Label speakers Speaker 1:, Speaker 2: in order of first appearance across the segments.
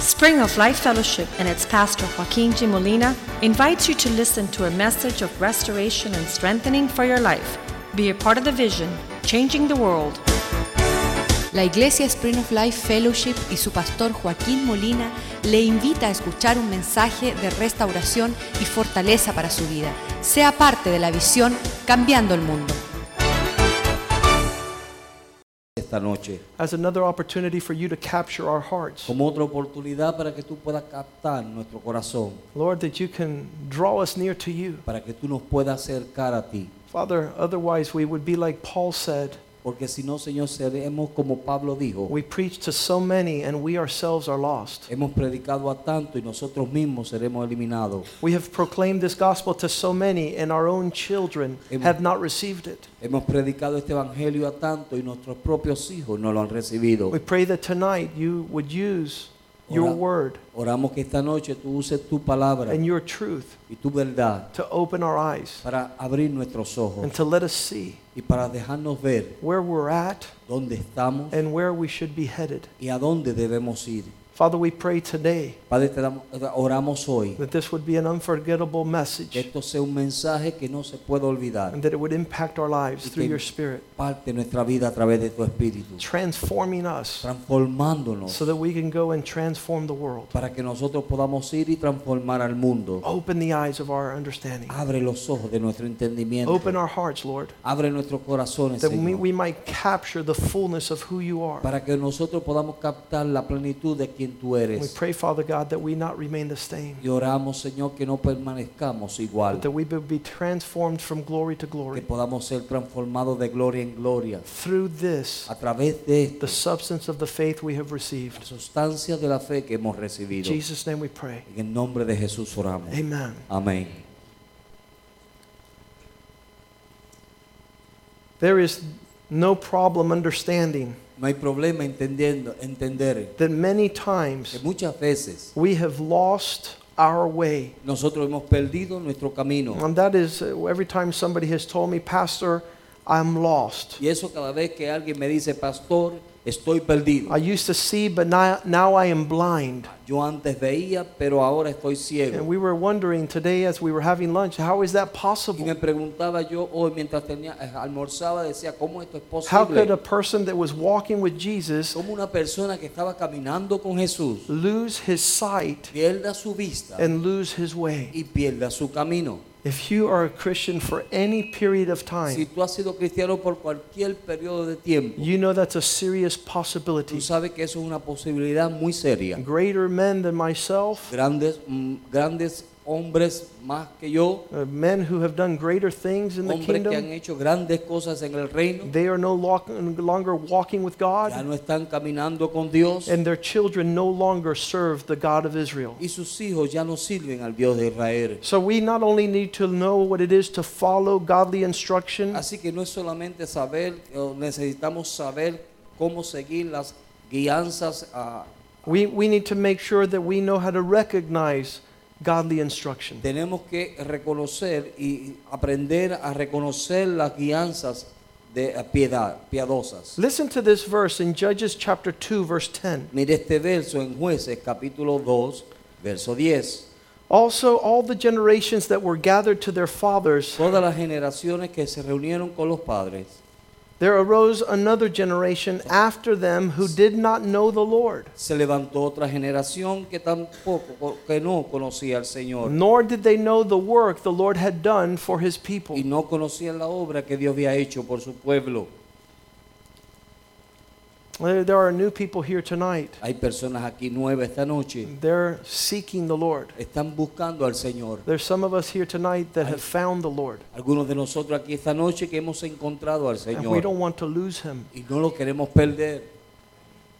Speaker 1: Spring of Life Fellowship and its pastor Joaquin G. Molina invites you to listen to a message of restoration and strengthening for your life. Be a part of the vision, changing the world.
Speaker 2: La Iglesia Spring of Life Fellowship y su pastor Joaquín Molina le invita a escuchar un mensaje de restauración y fortaleza para su vida. Sea parte de la visión Cambiando el Mundo.
Speaker 3: esta noche
Speaker 4: as another opportunity for you to capture our hearts.
Speaker 3: como otra oportunidad para que tú puedas captar nuestro corazón,
Speaker 4: Lord, that you can draw us near to you.
Speaker 3: para que tú nos puedas acercar a ti.
Speaker 4: Father, otherwise we would be like Paul said,
Speaker 3: Porque si no, Señor, seremos como Pablo dijo.
Speaker 4: we preach to so many and we ourselves are lost.
Speaker 3: Hemos predicado a tanto y nosotros mismos seremos eliminados.
Speaker 4: We have proclaimed this gospel to so many and our own children
Speaker 3: Amen.
Speaker 4: have not received it.
Speaker 3: Hemos predicado este evangelio a tanto y nuestros propios hijos no lo han recibido.
Speaker 4: We pray that tonight you would use your
Speaker 3: Ora-
Speaker 4: word
Speaker 3: Oramos que esta noche tú uses tu palabra
Speaker 4: and your truth
Speaker 3: y tu verdad
Speaker 4: to open our eyes
Speaker 3: para abrir nuestros ojos
Speaker 4: and to let us see
Speaker 3: y para dejarnos ver
Speaker 4: where we're at
Speaker 3: dónde estamos
Speaker 4: and where we should be headed.
Speaker 3: y a dónde debemos ir.
Speaker 4: Father, we pray today
Speaker 3: Padre, te damos- oramos hoy
Speaker 4: that this would be an unforgettable message.
Speaker 3: Que esto sea un mensaje que no se puede olvidar.
Speaker 4: and that it would impact our lives through your spirit,
Speaker 3: Parte nuestra vida a través de tu espíritu,
Speaker 4: transforming us
Speaker 3: transformándonos
Speaker 4: so that we can go and transform the world.
Speaker 3: para que nosotros podamos ir y transformar al mundo.
Speaker 4: Open the eyes of our understanding.
Speaker 3: Abre los ojos de nuestro entendimiento.
Speaker 4: Open our hearts, Lord,
Speaker 3: Abre nuestros corazones,
Speaker 4: that we,
Speaker 3: Señor,
Speaker 4: we might capture the fullness of who you are.
Speaker 3: para que nosotros podamos captar la plenitud de quien tú
Speaker 4: We
Speaker 3: eres.
Speaker 4: pray, Father God, that we not remain the same,
Speaker 3: Y oramos, Señor, que no permanezcamos igual,
Speaker 4: but that we would be transformed from glory to
Speaker 3: que
Speaker 4: glory.
Speaker 3: podamos ser transformados de gloria en gloria
Speaker 4: Through this,
Speaker 3: a través de esto,
Speaker 4: the substance of the faith we have
Speaker 3: la
Speaker 4: received.
Speaker 3: sustancia de la fe que hemos
Speaker 4: In
Speaker 3: recibido.
Speaker 4: Jesus' name we pray.
Speaker 3: En el nombre de Jesús oramos.
Speaker 4: Amen.
Speaker 3: Amén.
Speaker 4: There is no problem understanding
Speaker 3: No hay problema entendiendo, entender
Speaker 4: that many
Speaker 3: que
Speaker 4: times
Speaker 3: muchas veces
Speaker 4: we have lost our way.
Speaker 3: nosotros hemos perdido nuestro camino.
Speaker 4: And that is uh, every time somebody has told me, Pastor, I'm lost.
Speaker 3: Y eso cada vez que alguien me dice, pastor, estoy perdido.
Speaker 4: I used to see, but now, now I am blind.
Speaker 3: Yo antes veía, pero ahora estoy
Speaker 4: And
Speaker 3: ciego.
Speaker 4: we were wondering today as we were having lunch, how is that
Speaker 3: Y me
Speaker 4: possible?
Speaker 3: preguntaba yo hoy mientras tenía, eh, almorzaba, decía, ¿cómo esto es
Speaker 4: How could
Speaker 3: posible?
Speaker 4: a person that was walking with Jesus
Speaker 3: Como una persona que estaba caminando con Jesús
Speaker 4: lose his sight
Speaker 3: pierda su vista
Speaker 4: and lose his way?
Speaker 3: y pierda su camino.
Speaker 4: If you are a Christian for any period of
Speaker 3: Si
Speaker 4: time,
Speaker 3: tú has sido cristiano por cualquier periodo de tiempo,
Speaker 4: you know that's a serious
Speaker 3: tú
Speaker 4: possibility.
Speaker 3: sabes que eso es una posibilidad muy seria.
Speaker 4: Greater men than myself,
Speaker 3: grandes, mm, grandes hombres más que yo,
Speaker 4: uh, men who have done greater things in the
Speaker 3: hombres que han
Speaker 4: kingdom,
Speaker 3: hecho grandes cosas en el reino,
Speaker 4: they are no lo- longer walking with God.
Speaker 3: ya no están caminando con Dios
Speaker 4: and their children no longer serve the God of Israel.
Speaker 3: y sus hijos ya no sirven al Dios de Israel.
Speaker 4: So we not only need to know what it is to follow godly instruction,
Speaker 3: Así que no es solamente saber, eh, necesitamos saber cómo seguir las guianzas ah,
Speaker 4: we, we need to make sure that we know how to recognize godly instruction.
Speaker 3: tenemos que reconocer y aprender a reconocer las guianzas de eh, piedad, piadosas.
Speaker 4: Listen to this verse in Judges chapter 2 verse 10.
Speaker 3: Mire este verso en Jueces capítulo 2, verso 10.
Speaker 4: Also all the generations that were gathered to their fathers,
Speaker 3: Todas las generaciones que se reunieron con los padres,
Speaker 4: there arose another generation after them who did not know the Lord,
Speaker 3: se levantó otra generación que tampoco, que no conocía al Señor
Speaker 4: nor did they know the work the Lord had done for his people.
Speaker 3: y no conocían la obra que Dios había hecho por su pueblo.
Speaker 4: There there are new people here tonight.
Speaker 3: Hay personas aquí nuevas esta noche,
Speaker 4: They're seeking the Lord.
Speaker 3: están buscando al Señor.
Speaker 4: There's some of us here tonight that have found the Lord,
Speaker 3: Algunos de nosotros aquí esta noche que hemos encontrado al
Speaker 4: and we
Speaker 3: Señor
Speaker 4: don't want to lose him.
Speaker 3: y no lo queremos perder.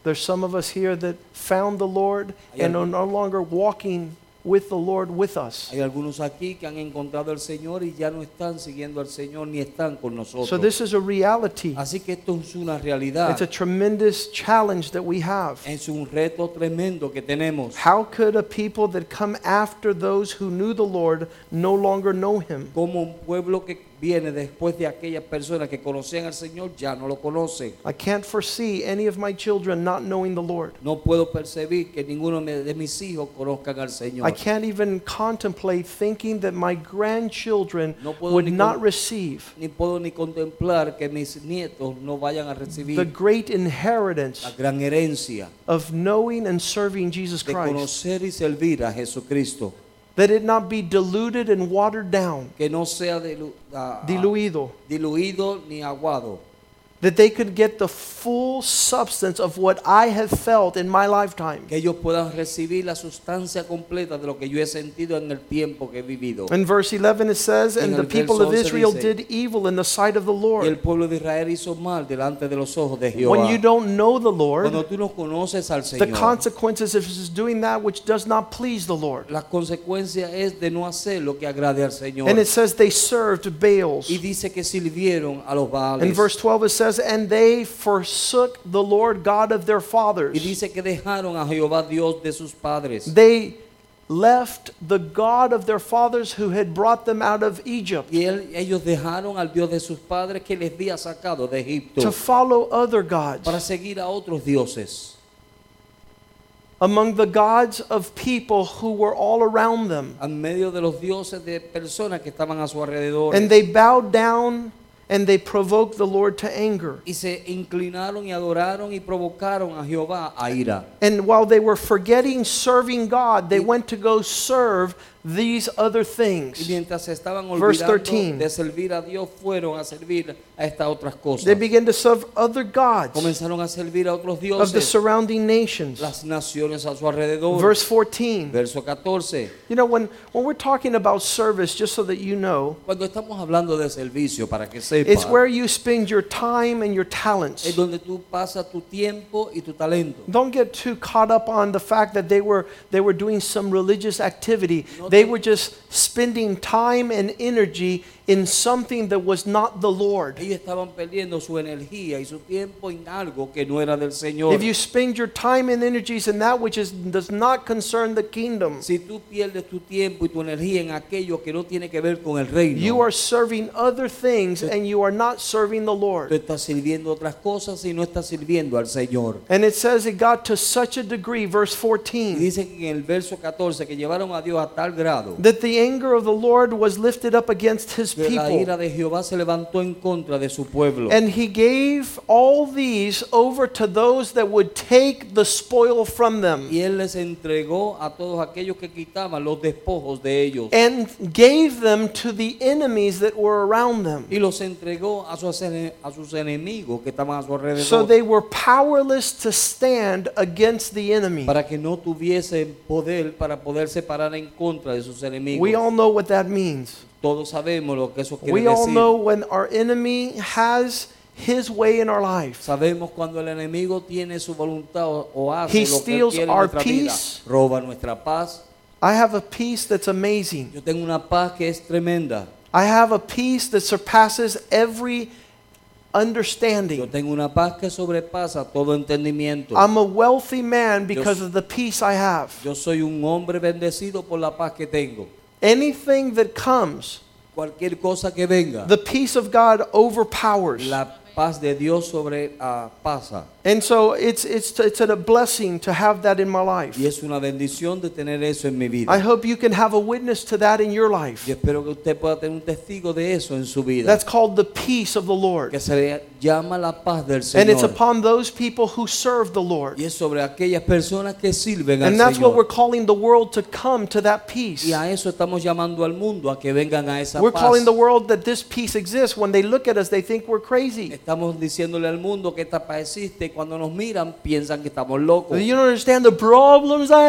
Speaker 4: There's some of us here that found the Lord and are no longer walking with the Lord with us.
Speaker 3: Hay algunos aquí que han encontrado al Señor y ya no están siguiendo al Señor ni están con
Speaker 4: So
Speaker 3: nosotros.
Speaker 4: this is a reality.
Speaker 3: Así que esto es una realidad,
Speaker 4: It's a tremendous challenge that we have.
Speaker 3: es un reto tremendo que tenemos.
Speaker 4: How could a people that come after those who knew the Lord no longer know him?
Speaker 3: como un pueblo que viene después de aquellas personas que conocían al Señor ya no lo conocen.
Speaker 4: I can't foresee any of my children not knowing the Lord.
Speaker 3: No puedo percibir que ninguno me- de mis hijos conozcan al
Speaker 4: I
Speaker 3: Señor.
Speaker 4: can't even contemplate thinking that my grandchildren
Speaker 3: No puedo
Speaker 4: would
Speaker 3: ni con-
Speaker 4: not receive
Speaker 3: Ni puedo ni contemplar que mis nietos no vayan a
Speaker 4: the
Speaker 3: recibir
Speaker 4: great inheritance
Speaker 3: la gran herencia
Speaker 4: of knowing and serving Jesus
Speaker 3: de
Speaker 4: Christ,
Speaker 3: conocer y servir a Jesucristo.
Speaker 4: that it not be diluted and watered down,
Speaker 3: Que no sea dilu- a- a-
Speaker 4: diluido,
Speaker 3: diluido ni aguado.
Speaker 4: that they could get the full substance of what I have felt in my lifetime.
Speaker 3: Que ellos puedan recibir la sustancia completa de lo que yo he sentido en el tiempo que he vivido.
Speaker 4: In verse 11 it says,
Speaker 3: En
Speaker 4: And the
Speaker 3: el
Speaker 4: people
Speaker 3: verso
Speaker 4: of
Speaker 3: 11
Speaker 4: Israel
Speaker 3: dice,
Speaker 4: did evil in the sight of the
Speaker 3: Y el
Speaker 4: Lord.
Speaker 3: pueblo de Israel hizo mal delante de los ojos de Jehová.
Speaker 4: When you don't know the
Speaker 3: Cuando
Speaker 4: Lord,
Speaker 3: tú no conoces al
Speaker 4: the
Speaker 3: Señor,
Speaker 4: consequences of his doing that which does not please the Lord.
Speaker 3: la consecuencia es de no hacer lo que agrade al Señor.
Speaker 4: And it says they served Baals.
Speaker 3: y dice que sirvieron a los Baales.
Speaker 4: In verse 12 it says, And they forsook the Lord God of their
Speaker 3: y
Speaker 4: fathers.
Speaker 3: dice que dejaron a Jehová Dios de sus padres.
Speaker 4: They left the God of their fathers who had brought them out of Egypt
Speaker 3: y él- ellos dejaron al Dios de sus padres que les había sacado de Egipto
Speaker 4: to follow other
Speaker 3: para
Speaker 4: gods.
Speaker 3: seguir a otros dioses.
Speaker 4: Among the gods of people who were all around them.
Speaker 3: En medio de los dioses de personas que estaban a su alrededor.
Speaker 4: And they bowed down and they provoked the Lord to anger.
Speaker 3: y se inclinaron y adoraron y provocaron a Jehová a ira.
Speaker 4: And while they were forgetting serving God, they went to go serve these other
Speaker 3: Y
Speaker 4: things.
Speaker 3: mientras se estaban
Speaker 4: Verse
Speaker 3: olvidando
Speaker 4: 13.
Speaker 3: de servir a Dios, fueron a servir a estas otras cosas.
Speaker 4: They began to serve other gods
Speaker 3: Comenzaron a servir a otros
Speaker 4: of the
Speaker 3: dioses,
Speaker 4: surrounding nations.
Speaker 3: las naciones a su alrededor.
Speaker 4: Verse 14.
Speaker 3: Verso 14.
Speaker 4: You know, when, when we're talking about service, just so that you know,
Speaker 3: Cuando estamos hablando de servicio, para que sepas,
Speaker 4: it's where you spend your time and your talents.
Speaker 3: es donde tú pasas tu tiempo y tu talento.
Speaker 4: Don't get too caught up on the fact that they were they were doing some religious activity. They were just spending time and energy in something that was not the Lord.
Speaker 3: Ellos estaban perdiendo su energía y su tiempo en algo que no era del Señor.
Speaker 4: If you spend your time and energies in that which is does not concern the kingdom,
Speaker 3: Si tú pierdes tu tiempo y tu energía en aquello que no tiene que ver con el reino,
Speaker 4: you are serving other things and you are not serving the
Speaker 3: tú
Speaker 4: Lord.
Speaker 3: estás sirviendo otras cosas y no estás sirviendo al Señor.
Speaker 4: And it says it got to such a degree, verse
Speaker 3: Y
Speaker 4: 14,
Speaker 3: dice que en el verso 14 que llevaron a Dios a tal grado
Speaker 4: that the anger of the Lord was lifted up against his
Speaker 3: que la ira
Speaker 4: people.
Speaker 3: de Jehová se levantó en contra de su pueblo.
Speaker 4: And he gave all these over to those that would take the spoil from them,
Speaker 3: Y él les entregó a todos aquellos que quitaban los despojos de ellos.
Speaker 4: and gave them to the enemies that were around them.
Speaker 3: Y los entregó a sus, ene- a sus enemigos que estaban a su alrededor.
Speaker 4: So they were powerless to stand against the enemy.
Speaker 3: para que no tuviesen poder para poderse parar en contra de sus enemigos.
Speaker 4: We all know what that means.
Speaker 3: Todos sabemos lo que eso quiere
Speaker 4: We all
Speaker 3: decir.
Speaker 4: know when our enemy has his way in our life.
Speaker 3: Sabemos cuando el enemigo tiene su voluntad o, o hace
Speaker 4: He
Speaker 3: lo que
Speaker 4: steals
Speaker 3: quiere en
Speaker 4: our
Speaker 3: nuestra vida.
Speaker 4: peace.
Speaker 3: Roba nuestra paz.
Speaker 4: I have a peace that's amazing.
Speaker 3: Yo tengo una paz que es tremenda.
Speaker 4: I have a peace that surpasses every
Speaker 3: Yo
Speaker 4: understanding.
Speaker 3: tengo una paz que sobrepasa todo entendimiento.
Speaker 4: I'm a wealthy man
Speaker 3: Yo-
Speaker 4: because of the peace I have.
Speaker 3: Yo soy un hombre bendecido por la paz que tengo.
Speaker 4: Anything that comes,
Speaker 3: Cualquier cosa que venga,
Speaker 4: the peace of God overpowers.
Speaker 3: la paz de Dios sobre ah, pasa.
Speaker 4: And so it's, it's, it's a blessing to have that in my life.
Speaker 3: Y es una bendición de tener eso en mi vida.
Speaker 4: I hope you can have a witness to that in
Speaker 3: Yo
Speaker 4: your life.
Speaker 3: espero que usted pueda tener un testigo de eso en su vida.
Speaker 4: That's called the peace of the Lord.
Speaker 3: que se le llama la paz del
Speaker 4: And it's
Speaker 3: Señor.
Speaker 4: upon those people who serve the Lord.
Speaker 3: Y es sobre aquellas personas que sirven
Speaker 4: And
Speaker 3: al
Speaker 4: that's what we're
Speaker 3: Señor.
Speaker 4: calling the world to come to that peace.
Speaker 3: Y a eso estamos llamando al mundo, a que vengan a esa
Speaker 4: We're
Speaker 3: paz.
Speaker 4: calling the world that this peace exists. When they look at us, they think we're crazy.
Speaker 3: Estamos diciéndole al mundo que esta paz existe. y Cuando nos miran, piensan que estamos locos.
Speaker 4: You don't understand the problems I
Speaker 3: Tú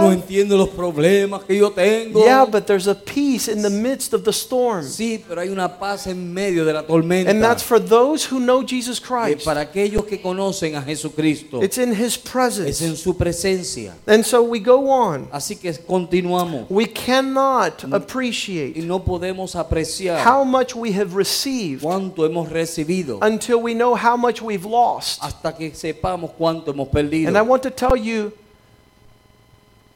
Speaker 3: no
Speaker 4: have.
Speaker 3: entiendes los problemas que yo tengo.
Speaker 4: Yeah, but there's a peace in the midst of the storm.
Speaker 3: sí, pero hay una paz en medio de la tormenta.
Speaker 4: And that's for those who know Jesus
Speaker 3: Que
Speaker 4: Christ.
Speaker 3: para aquellos que conocen a Jesucristo,
Speaker 4: It's in his
Speaker 3: es en
Speaker 4: presence.
Speaker 3: su Ah. presencia.
Speaker 4: And so we go on.
Speaker 3: Así que continuamos.
Speaker 4: We cannot
Speaker 3: Mm. Y
Speaker 4: appreciate
Speaker 3: no podemos apreciar
Speaker 4: how much we have received
Speaker 3: cuánto hemos recibido
Speaker 4: until we know how much we've lost.
Speaker 3: hasta que sepamos cuánto hemos perdido.
Speaker 4: And I want to tell you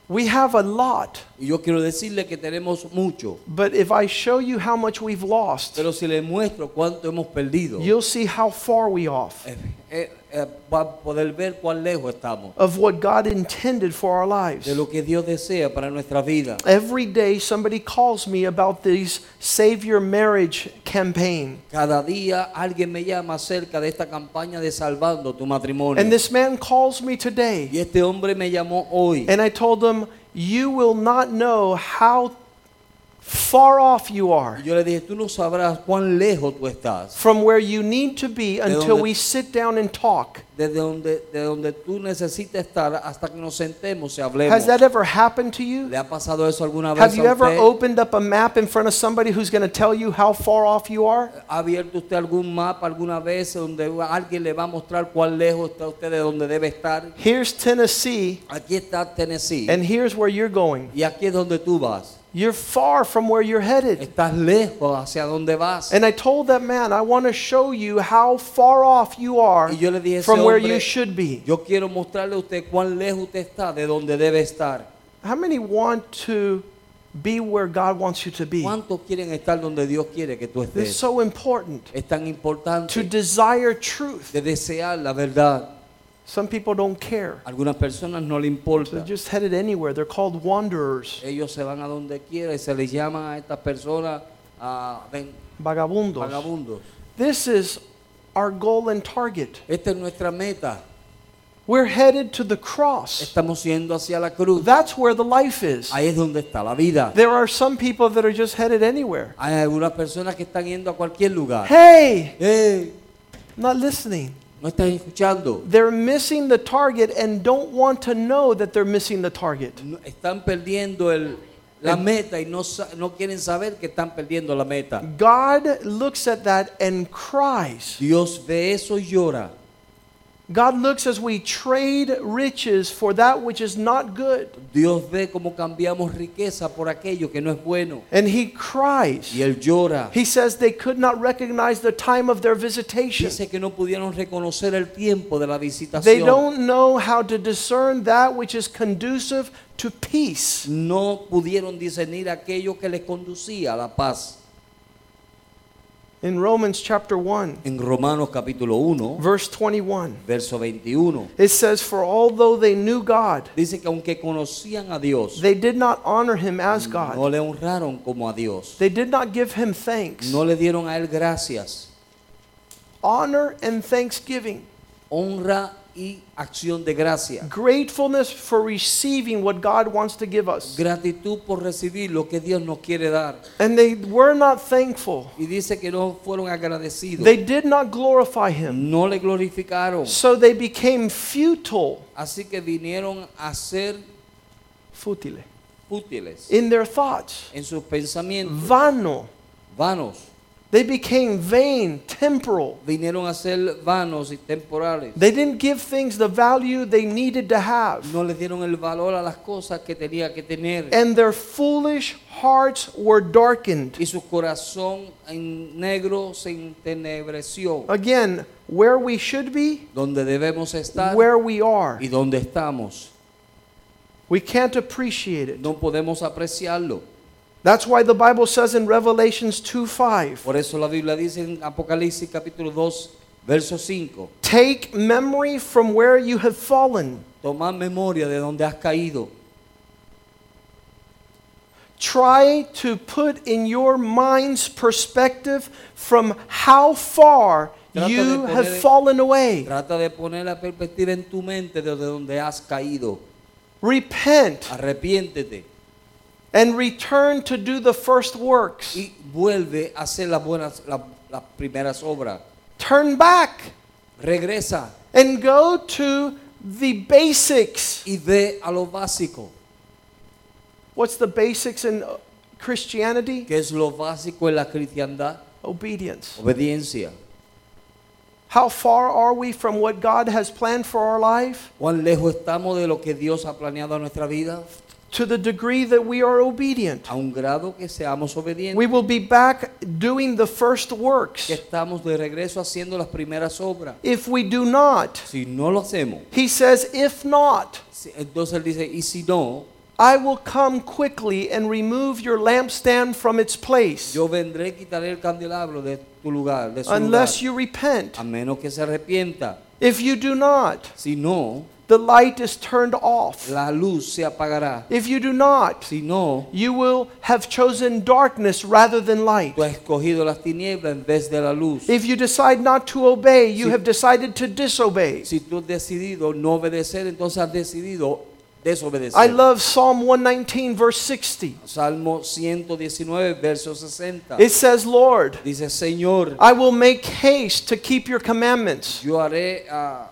Speaker 4: We have a lot,
Speaker 3: Y yo quiero decirle que tenemos mucho,
Speaker 4: but if I show you how much we've lost,
Speaker 3: pero si le muestro cuánto hemos perdido,
Speaker 4: you'll see how far we off
Speaker 3: eh, eh, eh, va a poder ver cuán lejos estamos
Speaker 4: of what God intended for our lives.
Speaker 3: de lo que Dios desea para nuestra vida.
Speaker 4: Every day somebody calls me about these save your marriage campaign.
Speaker 3: Cada día alguien me llama acerca de esta campaña de salvando tu matrimonio.
Speaker 4: And this man calls me today
Speaker 3: y este hombre me llamó hoy
Speaker 4: and I told him you will not know how far off you are
Speaker 3: y yo le dije, tú no sabrás cuán lejos tú estás
Speaker 4: from where you need to be until
Speaker 3: donde-
Speaker 4: we sit down and talk.
Speaker 3: desde donde, de donde tú necesitas estar hasta que nos sentemos y hablemos.
Speaker 4: Has that ever happened to you?
Speaker 3: ¿Le ha pasado eso alguna vez
Speaker 4: Have you
Speaker 3: a
Speaker 4: ever
Speaker 3: usted?
Speaker 4: opened up a map in front of somebody who's going to tell you how far off you are?
Speaker 3: ¿Ha abierto usted algún mapa alguna vez donde alguien le va a mostrar cuán lejos está usted de donde debe estar?
Speaker 4: Here's Tennessee,
Speaker 3: Aquí está Tennessee
Speaker 4: and here's where you're going.
Speaker 3: y aquí es donde tú vas.
Speaker 4: You're far from where you're headed.
Speaker 3: Estás lejos hacia donde vas.
Speaker 4: And I told that man, I want to show you how far off you are
Speaker 3: Y yo le dije, "Ese
Speaker 4: from where
Speaker 3: hombre-
Speaker 4: you should be.
Speaker 3: Yo quiero mostrarle a usted cuán lejos usted está de donde debe estar.
Speaker 4: How many want to be where God wants you to be?
Speaker 3: ¿Cuántos quieren estar donde Dios quiere que tú
Speaker 4: This is
Speaker 3: estés?
Speaker 4: so important
Speaker 3: Es tan
Speaker 4: to
Speaker 3: importante
Speaker 4: desire truth.
Speaker 3: de desear la verdad.
Speaker 4: Some people don't care.
Speaker 3: Algunas personas no le
Speaker 4: They're
Speaker 3: importa.
Speaker 4: just headed anywhere. They're called wanderers,
Speaker 3: Ellos se van a donde quiera y se les llama a estas personas a ven-
Speaker 4: vagabundos.
Speaker 3: vagabundos.
Speaker 4: This is our goal and target.
Speaker 3: Esta es nuestra meta.
Speaker 4: We're headed to the cross.
Speaker 3: Estamos yendo hacia la cruz.
Speaker 4: That's where the life is.
Speaker 3: Ahí es donde está la vida.
Speaker 4: There are some people that are just headed anywhere.
Speaker 3: Hay algunas personas que están yendo a cualquier lugar.
Speaker 4: Hey,
Speaker 3: ¡Ey!
Speaker 4: not listening.
Speaker 3: No estás escuchando.
Speaker 4: They're missing the target and don't want to know that they're missing the target.
Speaker 3: No- están perdiendo el, la meta y no, sa- no quieren saber que están perdiendo la meta.
Speaker 4: God looks at that and cries.
Speaker 3: Dios ve eso y llora.
Speaker 4: God looks as we trade riches for that which is not good.
Speaker 3: Dios ve cómo cambiamos riqueza por aquello que no es bueno.
Speaker 4: And he
Speaker 3: Y
Speaker 4: cries.
Speaker 3: Él llora.
Speaker 4: He says they could not recognize the time of their visitation.
Speaker 3: Dice que no pudieron reconocer el tiempo de la
Speaker 4: They
Speaker 3: visitación.
Speaker 4: don't know how to discern that which is conducive to peace.
Speaker 3: No pudieron discernir aquello que les conducía a la paz.
Speaker 4: In Romans chapter 1,
Speaker 3: En Romanos capítulo 1,
Speaker 4: verse 21,
Speaker 3: verso 21,
Speaker 4: it says, For although they knew God,
Speaker 3: dice que aunque conocían a Dios,
Speaker 4: they did not honor him as God.
Speaker 3: no le honraron como a Dios.
Speaker 4: They did not give him thanks.
Speaker 3: No le dieron a Él gracias.
Speaker 4: Honor and thanksgiving.
Speaker 3: Honra y acción de gracia.
Speaker 4: Gratefulness for receiving what God wants to give us.
Speaker 3: Gratitud por recibir lo que Dios nos quiere dar.
Speaker 4: And they were not thankful.
Speaker 3: Y dice que no fueron agradecidos.
Speaker 4: They did not glorify him.
Speaker 3: No le glorificaron.
Speaker 4: So they became futile,
Speaker 3: Así que vinieron a ser
Speaker 4: futile,
Speaker 3: útiles
Speaker 4: in their thoughts,
Speaker 3: en sus pensamientos
Speaker 4: vano.
Speaker 3: vanos.
Speaker 4: They became vain, temporal.
Speaker 3: Vinieron a ser vanos y temporales.
Speaker 4: They didn't give things the value they needed to have.
Speaker 3: No les dieron el valor a las cosas que tenía que tener.
Speaker 4: And their foolish hearts were darkened.
Speaker 3: y su corazón en negro se entenebreció.
Speaker 4: Again, where we should be,
Speaker 3: Donde debemos estar
Speaker 4: where we are.
Speaker 3: y donde estamos.
Speaker 4: We can't appreciate it.
Speaker 3: No podemos apreciarlo.
Speaker 4: That's why the Bible says in Revelations 2 5,
Speaker 3: Por eso la Biblia dice en Apocalipsis capítulo 2, verso 5,
Speaker 4: take memory from where you have fallen,
Speaker 3: tomad memoria de donde has caído.
Speaker 4: try to put in your mind's perspective from how far
Speaker 3: Trata de
Speaker 4: you
Speaker 3: poner
Speaker 4: have
Speaker 3: en-
Speaker 4: fallen away.
Speaker 3: Trata de poner la perspectiva en tu mente desde donde has caído.
Speaker 4: Repent
Speaker 3: Arrepiéntete
Speaker 4: and return to do the first works.
Speaker 3: y vuelve a hacer las buenas la- las primeras obras.
Speaker 4: Turn back
Speaker 3: Regresa
Speaker 4: and go to the basics.
Speaker 3: y ve a lo básico.
Speaker 4: What's the basics in uh, Christianity?
Speaker 3: que es lo básico en la cristiandad?
Speaker 4: Obedience.
Speaker 3: Obediencia.
Speaker 4: How far are we from what God has planned for our life?
Speaker 3: ¿Cuán lejos estamos de lo que Dios ha planeado a nuestra vida?
Speaker 4: To the degree that we are obedient,
Speaker 3: A un grado que seamos
Speaker 4: we
Speaker 3: obedientes.
Speaker 4: will be back doing the first works.
Speaker 3: Que estamos de regreso haciendo las primeras obras.
Speaker 4: If we do not,
Speaker 3: Si no lo hacemos,
Speaker 4: he says, if not,
Speaker 3: si- entonces él dice, y si no,
Speaker 4: I will come quickly and remove your lampstand from its place
Speaker 3: Yo vendré y quitaré el candelabro de tu lugar, de su lugar,
Speaker 4: unless you repent.
Speaker 3: a menos que se arrepienta.
Speaker 4: If you do not,
Speaker 3: Si no,
Speaker 4: the light is turned off.
Speaker 3: la luz se apagará.
Speaker 4: If you do not,
Speaker 3: Si no,
Speaker 4: you will have chosen darkness rather than light.
Speaker 3: tú has escogido las tinieblas en vez de la luz.
Speaker 4: If you decide not to obey, you
Speaker 3: Si-
Speaker 4: have decided to disobey.
Speaker 3: Si tú has decidido no obedecer, entonces has decidido
Speaker 4: I
Speaker 3: desobedecer.
Speaker 4: love Psalm 119, verse 60.
Speaker 3: Salmo 119, verso 60.
Speaker 4: It says, Lord,
Speaker 3: Dice, Señor,
Speaker 4: I will make haste to keep your commandments.
Speaker 3: yo haré, ah,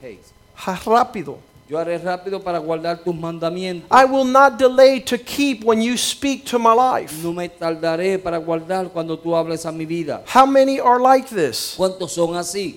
Speaker 3: hey,
Speaker 4: Ja- Rápido.
Speaker 3: yo haré rápido para guardar tus mandamientos.
Speaker 4: I will not delay to keep when you speak to my life.
Speaker 3: No me tardaré para guardar cuando tú hables a mi vida.
Speaker 4: How many are like this?
Speaker 3: ¿Cuántos son así?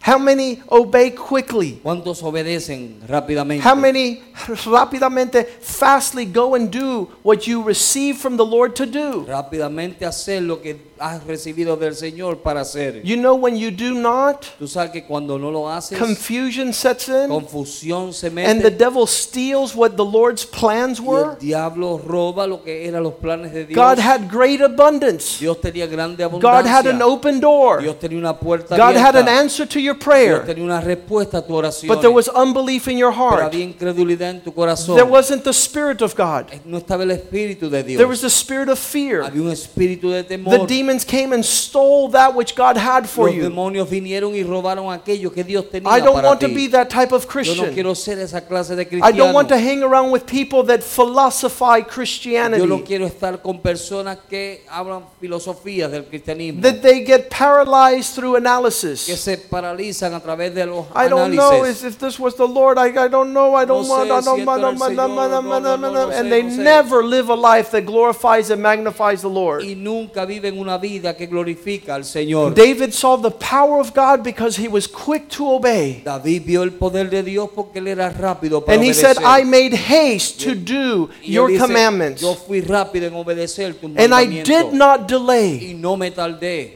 Speaker 4: How many obey quickly?
Speaker 3: ¿Cuántos obedecen rápidamente?
Speaker 4: How many rapidamente, fastly go and do what you receive from the Lord to do?
Speaker 3: Rápidamente hacer lo que has recibido del Señor para hacer.
Speaker 4: You know, when you do not,
Speaker 3: Tú sabes que cuando no lo haces,
Speaker 4: confusion sets in,
Speaker 3: confusión se
Speaker 4: and the
Speaker 3: mete
Speaker 4: devil steals what the Lord's plans
Speaker 3: y el
Speaker 4: were.
Speaker 3: diablo roba lo que eran los planes de Dios.
Speaker 4: God had great abundance.
Speaker 3: Dios tenía grande
Speaker 4: God had an
Speaker 3: abundancia.
Speaker 4: open door.
Speaker 3: Dios tenía una puerta
Speaker 4: God had an
Speaker 3: abierta.
Speaker 4: answer to your
Speaker 3: Dios
Speaker 4: prayer.
Speaker 3: tenía una respuesta a tu oración.
Speaker 4: But there was unbelief in your
Speaker 3: Pero
Speaker 4: heart.
Speaker 3: había incredulidad en tu corazón.
Speaker 4: There wasn't the spirit of God.
Speaker 3: no estaba el espíritu de Dios.
Speaker 4: There was the spirit of fear.
Speaker 3: había un espíritu de
Speaker 4: The
Speaker 3: temor.
Speaker 4: demons came and stole that which God had for
Speaker 3: Los
Speaker 4: you.
Speaker 3: demonios vinieron y robaron aquello que Dios tenía
Speaker 4: I don't
Speaker 3: para
Speaker 4: want
Speaker 3: ti.
Speaker 4: to be that type of
Speaker 3: Yo no
Speaker 4: Christian.
Speaker 3: quiero ser esa clase de
Speaker 4: I
Speaker 3: cristiano.
Speaker 4: don't want to hang around with people that philosophize
Speaker 3: Yo no
Speaker 4: Christianity.
Speaker 3: quiero estar con personas que hablan filosofías del cristianismo,
Speaker 4: That they get paralyzed through
Speaker 3: que
Speaker 4: analysis.
Speaker 3: se paralizan a través de los
Speaker 4: I don't
Speaker 3: análisis.
Speaker 4: know is if this was the Lord. I, I don't know. I don't
Speaker 3: sé
Speaker 4: want. I
Speaker 3: si
Speaker 4: don't
Speaker 3: esto era el Señor, no, no, no, no
Speaker 4: want.
Speaker 3: sé,
Speaker 4: And they
Speaker 3: no sé.
Speaker 4: never live a life that glorifies and magnifies the
Speaker 3: y
Speaker 4: Lord.
Speaker 3: nunca viven una vida que glorifica al Señor.
Speaker 4: David saw the power of God because he was quick to obey.
Speaker 3: David vio el poder de Dios porque él era rápido para
Speaker 4: And he
Speaker 3: obedecer.
Speaker 4: said, I made haste to do
Speaker 3: Y él
Speaker 4: your
Speaker 3: dice,
Speaker 4: commandments.
Speaker 3: Yo fui rápido en obedecer tus
Speaker 4: And I
Speaker 3: mandamientos
Speaker 4: did not
Speaker 3: y
Speaker 4: delay.
Speaker 3: no me tardé.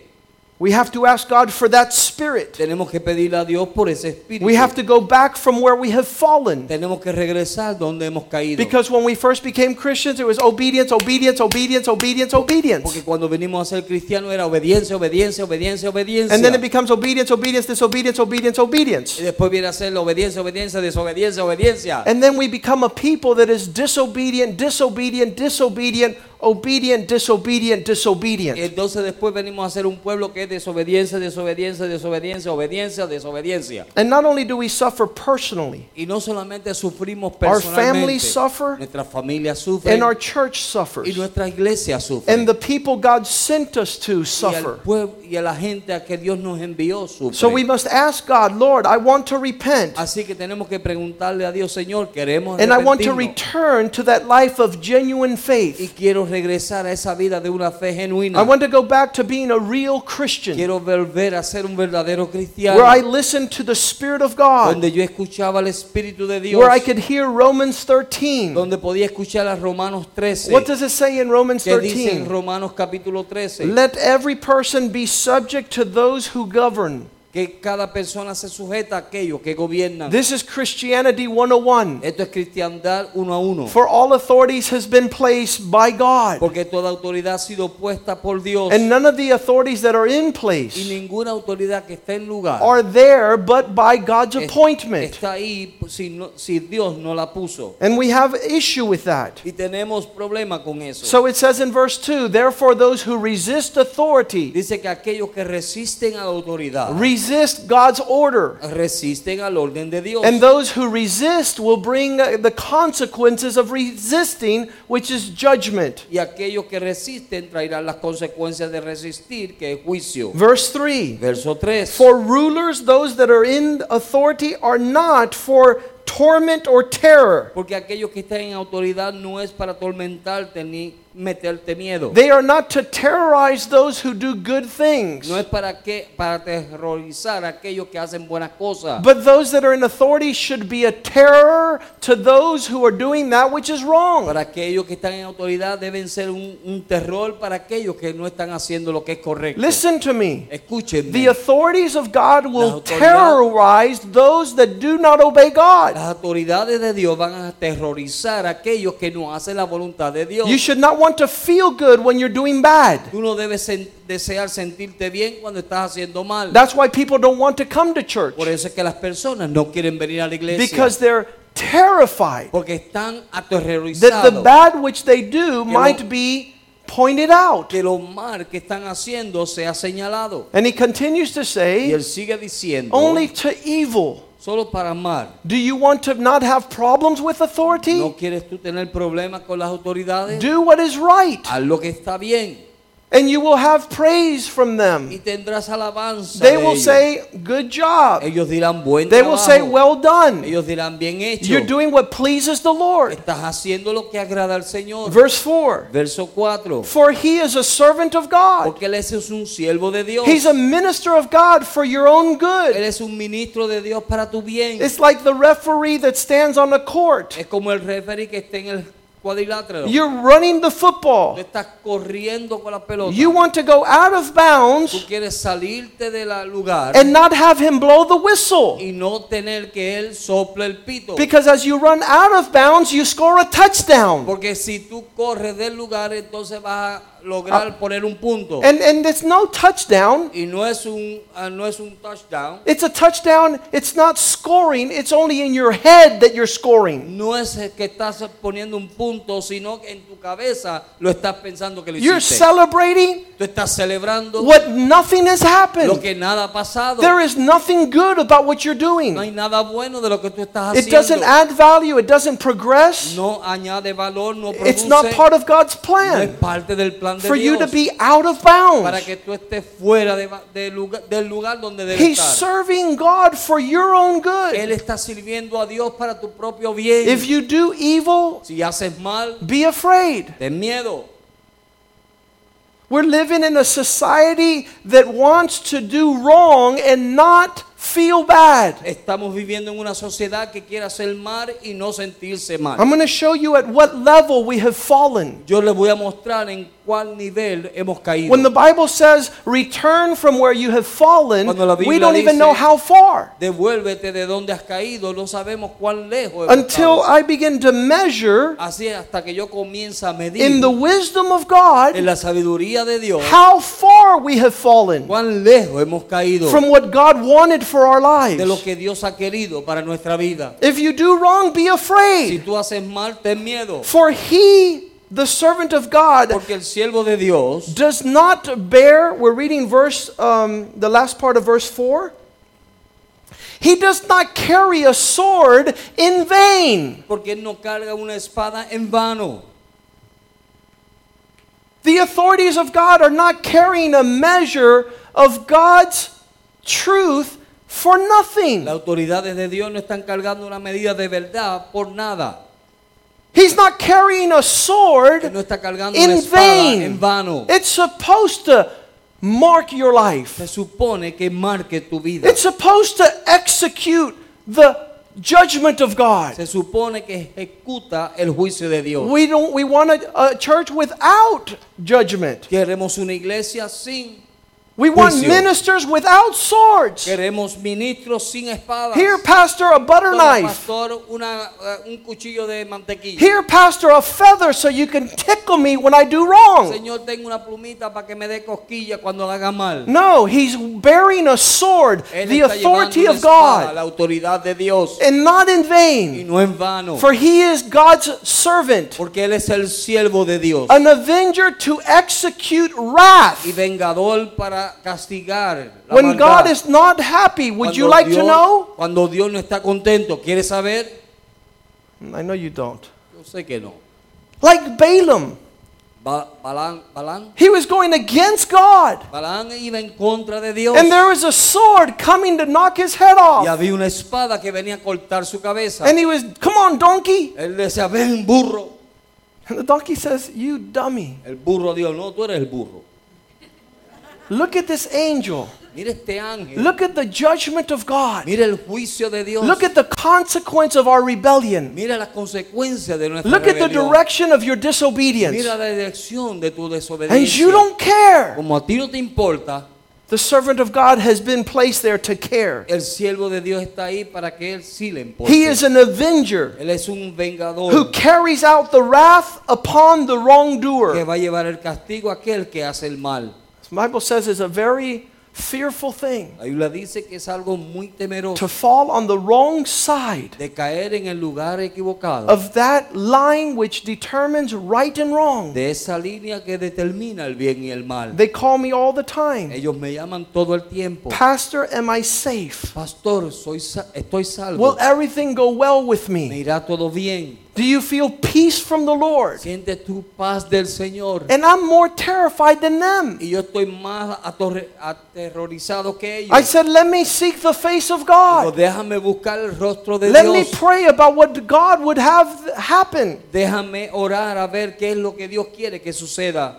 Speaker 4: We have to ask God for that spirit.
Speaker 3: Tenemos que pedirle a Dios por ese espíritu.
Speaker 4: We have to go back from where we have fallen.
Speaker 3: Tenemos que regresar donde hemos caído.
Speaker 4: Because when we first became Christians, it was obedience, obedience, obedience, obedience, obedience.
Speaker 3: Porque cuando venimos a ser cristianos era obediencia, obediencia, obediencia, obediencia.
Speaker 4: And then it becomes obedience, obedience, disobedience, obedience, obedience.
Speaker 3: y después viene a ser la obediencia, obediencia, desobediencia, obediencia.
Speaker 4: And then we become a people that is disobedient, disobedient, disobedient, obedient, disobedient, disobedient.
Speaker 3: Entonces después venimos a ser un pueblo que es desobediencia, desobediencia, desobediencia, obediencia, desobediencia.
Speaker 4: And not only do we suffer personally,
Speaker 3: Y no solamente sufrimos
Speaker 4: Our
Speaker 3: personalmente,
Speaker 4: families suffer,
Speaker 3: nuestra familia sufre
Speaker 4: and our church
Speaker 3: y
Speaker 4: suffers,
Speaker 3: nuestra iglesia sufre.
Speaker 4: and the people God sent us to
Speaker 3: y, al
Speaker 4: suffer.
Speaker 3: pueblo, y a la gente a que Dios nos envió sufre.
Speaker 4: So we must ask God, Lord, I want to repent,
Speaker 3: Así que tenemos que preguntarle a Dios, Señor, queremos
Speaker 4: and I want to
Speaker 3: arrepentirnos.
Speaker 4: return to that life of genuine
Speaker 3: y
Speaker 4: faith.
Speaker 3: quiero regresar a esa vida de una fe genuina.
Speaker 4: I want to go back to being a real Christian
Speaker 3: Quiero volver a ser un verdadero cristiano.
Speaker 4: where I listen to the Spirit of God,
Speaker 3: donde yo escuchaba al Espíritu de Dios.
Speaker 4: where I could hear Romans 13.
Speaker 3: donde podía escuchar a Romanos 13.
Speaker 4: What does it say in Romans
Speaker 3: que dice en
Speaker 4: 13?
Speaker 3: Romanos capítulo 13.
Speaker 4: Let every person be subject to those who govern.
Speaker 3: que cada persona se sujeta a aquellos que gobiernan.
Speaker 4: This is Christianity 101.
Speaker 3: Esto es cristiandad uno a uno.
Speaker 4: For all authorities has been placed by God.
Speaker 3: porque toda autoridad ha sido puesta por Dios.
Speaker 4: And none of the authorities that are in
Speaker 3: y
Speaker 4: place
Speaker 3: ninguna autoridad que esté en lugar
Speaker 4: are there but by God's
Speaker 3: es-
Speaker 4: appointment.
Speaker 3: está ahí pues, si, no- si Dios no la puso.
Speaker 4: And we have issue with that.
Speaker 3: Y tenemos problema con eso.
Speaker 4: So it says in verse 2 Therefore, those who resist authority
Speaker 3: Dice que aquellos que resisten a la autoridad
Speaker 4: resist God's order.
Speaker 3: resisten al orden de Dios.
Speaker 4: And those who resist will bring uh, the consequences of resisting, which is judgment.
Speaker 3: y aquellos que resisten traerán las consecuencias de resistir, que es juicio.
Speaker 4: Verse 3
Speaker 3: Verso 3.
Speaker 4: For rulers, those that are in authority, are not for torment or terror.
Speaker 3: Porque aquellos que están en autoridad no es para atormentarte ni meterte miedo.
Speaker 4: They are not to terrorize those who do good things,
Speaker 3: No es para que para aterrorizar a aquellos que hacen buenas cosas.
Speaker 4: but those that are in authority should be a terror to those who are doing that which is wrong.
Speaker 3: Para aquellos que están en autoridad deben ser un, un terror para aquellos que no están haciendo lo que es correcto.
Speaker 4: Listen to me. The
Speaker 3: Escúchenme.
Speaker 4: authorities of God will
Speaker 3: autoridad-
Speaker 4: terrorize those that do not obey God.
Speaker 3: Las autoridades de Dios van a aterrorizar a aquellos que no hacen la voluntad de Dios.
Speaker 4: You should not want to feel good when you're doing bad.
Speaker 3: Tú no debes sen- desear sentirte bien cuando estás haciendo mal.
Speaker 4: That's why people don't want to come to church
Speaker 3: Por eso es que las personas no quieren venir a la iglesia.
Speaker 4: because they're terrified
Speaker 3: porque están
Speaker 4: that the
Speaker 3: aterrorizados.
Speaker 4: bad which they do might be pointed out.
Speaker 3: que lo mal que están haciendo sea señalado.
Speaker 4: And he continues to
Speaker 3: Y
Speaker 4: say,
Speaker 3: él sigue diciendo,
Speaker 4: only to evil.
Speaker 3: solo para amar.
Speaker 4: Do you want to not have problems with
Speaker 3: ¿No
Speaker 4: authority?
Speaker 3: quieres tú tener problemas con las autoridades?
Speaker 4: Do what is right,
Speaker 3: Haz lo que está bien
Speaker 4: and you will have praise from
Speaker 3: y
Speaker 4: them.
Speaker 3: tendrás alabanza.
Speaker 4: They
Speaker 3: de
Speaker 4: will
Speaker 3: ellos.
Speaker 4: say, Good job.
Speaker 3: ellos dirán buen
Speaker 4: They will say,
Speaker 3: trabajo".
Speaker 4: Well done.
Speaker 3: ellos dirán bien hecho.
Speaker 4: You're doing what pleases the Lord.
Speaker 3: Estás haciendo lo que agrada al Señor.
Speaker 4: Verse 4
Speaker 3: Verso 4.
Speaker 4: For he is a servant of God,
Speaker 3: Porque él es un siervo de Dios.
Speaker 4: he's a minister of God for your
Speaker 3: él
Speaker 4: own good.
Speaker 3: es un ministro de Dios para tu bien.
Speaker 4: It's like the referee that stands on the court.
Speaker 3: es como el referee que está en el cuadrilátero.
Speaker 4: You're running the
Speaker 3: Tú
Speaker 4: football.
Speaker 3: estás corriendo con la pelota.
Speaker 4: You want to go out
Speaker 3: Tú
Speaker 4: of bounds
Speaker 3: quieres salirte del lugar
Speaker 4: and not have him blow the whistle.
Speaker 3: y no tener que él sople el pito.
Speaker 4: Because as you run out of bounds, you score a touchdown.
Speaker 3: Porque si tú corres del lugar, entonces vas a lograr
Speaker 4: Ah.
Speaker 3: poner un punto.
Speaker 4: And and it's no touchdown.
Speaker 3: y no es un ah, no es un touchdown.
Speaker 4: It's a touchdown. It's not scoring. It's only in your head that you're scoring.
Speaker 3: No es que estás poniendo un punto, sino que en tu cabeza lo estás pensando que lo
Speaker 4: You're
Speaker 3: hiciste.
Speaker 4: celebrating
Speaker 3: Tú estás celebrando
Speaker 4: what nothing has
Speaker 3: lo
Speaker 4: happened.
Speaker 3: que nada ha pasado.
Speaker 4: There is nothing good about what you're
Speaker 3: no hay
Speaker 4: doing.
Speaker 3: nada bueno de lo que tú estás
Speaker 4: It doesn't
Speaker 3: haciendo.
Speaker 4: add value. It doesn't progress.
Speaker 3: no añade valor, no produce.
Speaker 4: It's not part of God's
Speaker 3: no es
Speaker 4: plan
Speaker 3: parte del plan de
Speaker 4: for you
Speaker 3: Dios.
Speaker 4: to be out of
Speaker 3: para
Speaker 4: bounds.
Speaker 3: que tú estés fuera de, va- de lugar, del lugar donde debes
Speaker 4: He's
Speaker 3: estar.
Speaker 4: serving God for your own
Speaker 3: Él
Speaker 4: good.
Speaker 3: está sirviendo a Dios para tu propio bien.
Speaker 4: If you do evil,
Speaker 3: si haces mal,
Speaker 4: be afraid.
Speaker 3: ten miedo.
Speaker 4: We're living in a society that wants to do wrong and not feel bad.
Speaker 3: Estamos viviendo en una sociedad que quiere hacer mal y no sentirse mal.
Speaker 4: I'm going to show you at what level we have fallen.
Speaker 3: Yo les voy a mostrar en cuál nivel hemos caído.
Speaker 4: When the Bible says, return from where you have fallen,
Speaker 3: Cuando la
Speaker 4: we
Speaker 3: Biblia
Speaker 4: don't even
Speaker 3: dice-
Speaker 4: know how far.
Speaker 3: Devuélvete de donde has caído, no sabemos cuán lejos hemos
Speaker 4: Until
Speaker 3: estado.
Speaker 4: I begin to measure
Speaker 3: Así es, hasta que yo comienza a medir
Speaker 4: in the wisdom of
Speaker 3: en
Speaker 4: God
Speaker 3: la sabiduría de Dios
Speaker 4: how far we have fallen
Speaker 3: cuán lejos hemos caído
Speaker 4: from what God wanted for our
Speaker 3: de lo
Speaker 4: lives.
Speaker 3: que Dios ha querido para nuestra vida.
Speaker 4: If you do wrong, be
Speaker 3: Si
Speaker 4: afraid.
Speaker 3: tú haces mal, ten miedo.
Speaker 4: For he, the servant of God,
Speaker 3: Porque el siervo de Dios
Speaker 4: does not bear, we're reading verse, um, the last part of verse 4. He does not carry a sword in vain.
Speaker 3: porque él no carga una espada en vano.
Speaker 4: The authorities of God are not carrying a measure of God's truth for nothing.
Speaker 3: Las autoridades de Dios no están cargando una medida de verdad por nada.
Speaker 4: He's not carrying a sword
Speaker 3: Él no está cargando una
Speaker 4: in
Speaker 3: espada
Speaker 4: vain.
Speaker 3: en vano.
Speaker 4: It's supposed to mark your
Speaker 3: Se
Speaker 4: life,
Speaker 3: supone que marque tu vida.
Speaker 4: it's supposed to execute the judgment of God.
Speaker 3: Se supone que ejecuta el juicio de Dios.
Speaker 4: We don't. We want a, a church without judgment.
Speaker 3: Queremos una iglesia sin.
Speaker 4: We want
Speaker 3: Juicio.
Speaker 4: ministers without swords.
Speaker 3: Queremos ministros sin espadas.
Speaker 4: Here, pastor, a butter
Speaker 3: Como
Speaker 4: knife.
Speaker 3: pastor, una, eh, un cuchillo de mantequilla.
Speaker 4: Here, pastor, a feather so you can tickle me when I do wrong.
Speaker 3: Señor, tengo una plumita para que me dé cosquilla cuando haga mal.
Speaker 4: No, he's bearing a sword,
Speaker 3: Él
Speaker 4: the
Speaker 3: está llevando
Speaker 4: authority
Speaker 3: una
Speaker 4: of
Speaker 3: espada, La
Speaker 4: God,
Speaker 3: autoridad de Dios.
Speaker 4: and not in
Speaker 3: Y
Speaker 4: vain,
Speaker 3: no en vano.
Speaker 4: for he is God's servant,
Speaker 3: Porque Él es el siervo de Dios.
Speaker 4: an avenger to execute
Speaker 3: Y
Speaker 4: wrath.
Speaker 3: vengador para castigar. la
Speaker 4: When
Speaker 3: maldad.
Speaker 4: God is not happy, would you
Speaker 3: Cuando
Speaker 4: like to
Speaker 3: Dios-
Speaker 4: know?
Speaker 3: Cuando Dios no está contento, ¿quieres saber?
Speaker 4: I know you don't.
Speaker 3: Yo sé que no.
Speaker 4: Like Balaam.
Speaker 3: Ba- Balán, Balán,
Speaker 4: He was going against God.
Speaker 3: Balán iba en contra de Dios.
Speaker 4: And there was a sword coming to knock his head
Speaker 3: Y
Speaker 4: off.
Speaker 3: había una espada que venía a cortar su cabeza.
Speaker 4: And he was, come on, donkey.
Speaker 3: Él decía, ven burro.
Speaker 4: And the donkey says, You dummy.
Speaker 3: El burro dijo, no, tú eres el burro.
Speaker 4: Look at this angel.
Speaker 3: Mira este ángel.
Speaker 4: Look at the judgment of God.
Speaker 3: Mira el juicio de Dios.
Speaker 4: Look at the consequence of our rebellion.
Speaker 3: Mira las consecuencias de nuestra
Speaker 4: Look at the
Speaker 3: rebelión.
Speaker 4: direction of your disobedience.
Speaker 3: Mira la dirección de tu desobediencia.
Speaker 4: And you don't care.
Speaker 3: Como a ti no te importa,
Speaker 4: The servant of God has been placed there to care.
Speaker 3: el siervo de Dios está ahí para que él sí le importe.
Speaker 4: He is an avenger
Speaker 3: él es un vengador
Speaker 4: who carries out the wrath upon the
Speaker 3: que
Speaker 4: wrongdoer.
Speaker 3: va a llevar el castigo a aquel que hace el mal.
Speaker 4: The Bible says it's a very fearful thing
Speaker 3: La Biblia dice que es algo muy temeroso
Speaker 4: to fall on the wrong side
Speaker 3: de caer en el lugar equivocado,
Speaker 4: of that line which determines right and wrong.
Speaker 3: de esa línea que determina el bien y el mal.
Speaker 4: They call me all the time.
Speaker 3: Ellos me llaman todo el tiempo.
Speaker 4: Pastor, am I safe?
Speaker 3: Pastor, soy sa- estoy salvo.
Speaker 4: Will everything go well with
Speaker 3: Me
Speaker 4: me?
Speaker 3: irá todo bien.
Speaker 4: Do you feel peace from the Lord?
Speaker 3: Siente tu paz del Señor.
Speaker 4: And I'm more terrified than them.
Speaker 3: Y yo estoy más atorre- aterrorizado que ellos.
Speaker 4: I said, let me seek the face of
Speaker 3: Digo,
Speaker 4: God.
Speaker 3: déjame buscar el rostro de
Speaker 4: Let me
Speaker 3: Dios.
Speaker 4: pray about what God would have happen.
Speaker 3: Déjame orar a ver qué es lo que Dios quiere que suceda.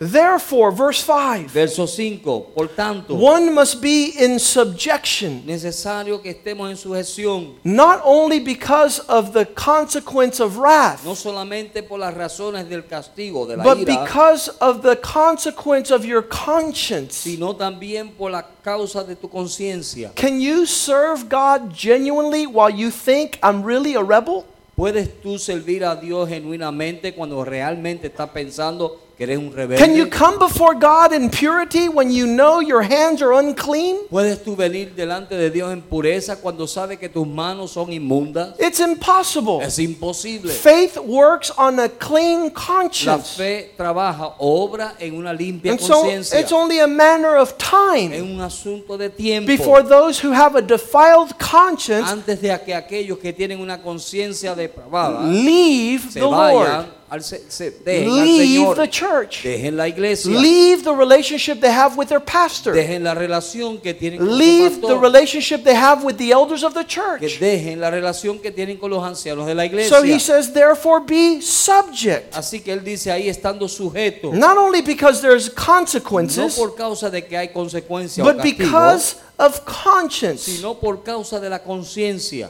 Speaker 4: Therefore, verse 5
Speaker 3: Verso 5. Por tanto,
Speaker 4: one must be in subjection,
Speaker 3: necesario que estemos en sujeción,
Speaker 4: not only because of the consequence of wrath,
Speaker 3: no solamente por las razones del castigo, de la
Speaker 4: but
Speaker 3: ira,
Speaker 4: because of the consequence of your conscience.
Speaker 3: sino también por la causa de tu conciencia.
Speaker 4: Can you serve God genuinely while you think I'm really a rebel?
Speaker 3: ¿Puedes tú servir a Dios genuinamente cuando realmente estás pensando que eres un rebelde?
Speaker 4: Can you come before God in purity when you know your hands are unclean?
Speaker 3: ¿Puedes tú venir delante de Dios en pureza cuando sabes que tus manos son inmundas?
Speaker 4: It's impossible.
Speaker 3: Es imposible.
Speaker 4: Faith works on a clean
Speaker 3: La
Speaker 4: conscience.
Speaker 3: fe trabaja, obra en una limpia
Speaker 4: And so
Speaker 3: conciencia.
Speaker 4: it's only a matter of
Speaker 3: Es
Speaker 4: time
Speaker 3: un asunto de tiempo.
Speaker 4: before those who have a defiled conscience
Speaker 3: antes de que aquellos que tienen una conciencia depravada
Speaker 4: leave
Speaker 3: se
Speaker 4: the Lord,
Speaker 3: vayan, al, se, se- dejen al
Speaker 4: leave
Speaker 3: Señor,
Speaker 4: the church,
Speaker 3: dejen la iglesia,
Speaker 4: leave the relationship they have with their pastor,
Speaker 3: dejen la relación que tienen con
Speaker 4: leave
Speaker 3: su
Speaker 4: the
Speaker 3: pastor,
Speaker 4: relationship they have with the elders of the
Speaker 3: que
Speaker 4: church.
Speaker 3: dejen la relación que tienen con los ancianos de la iglesia.
Speaker 4: So he says, therefore be subject.
Speaker 3: Así que él dice ahí estando sujeto,
Speaker 4: Not only because there's
Speaker 3: no
Speaker 4: consequences,
Speaker 3: por causa de que hay consecuencias o
Speaker 4: but
Speaker 3: castigo,
Speaker 4: because of conscience,
Speaker 3: sino por causa de la conciencia.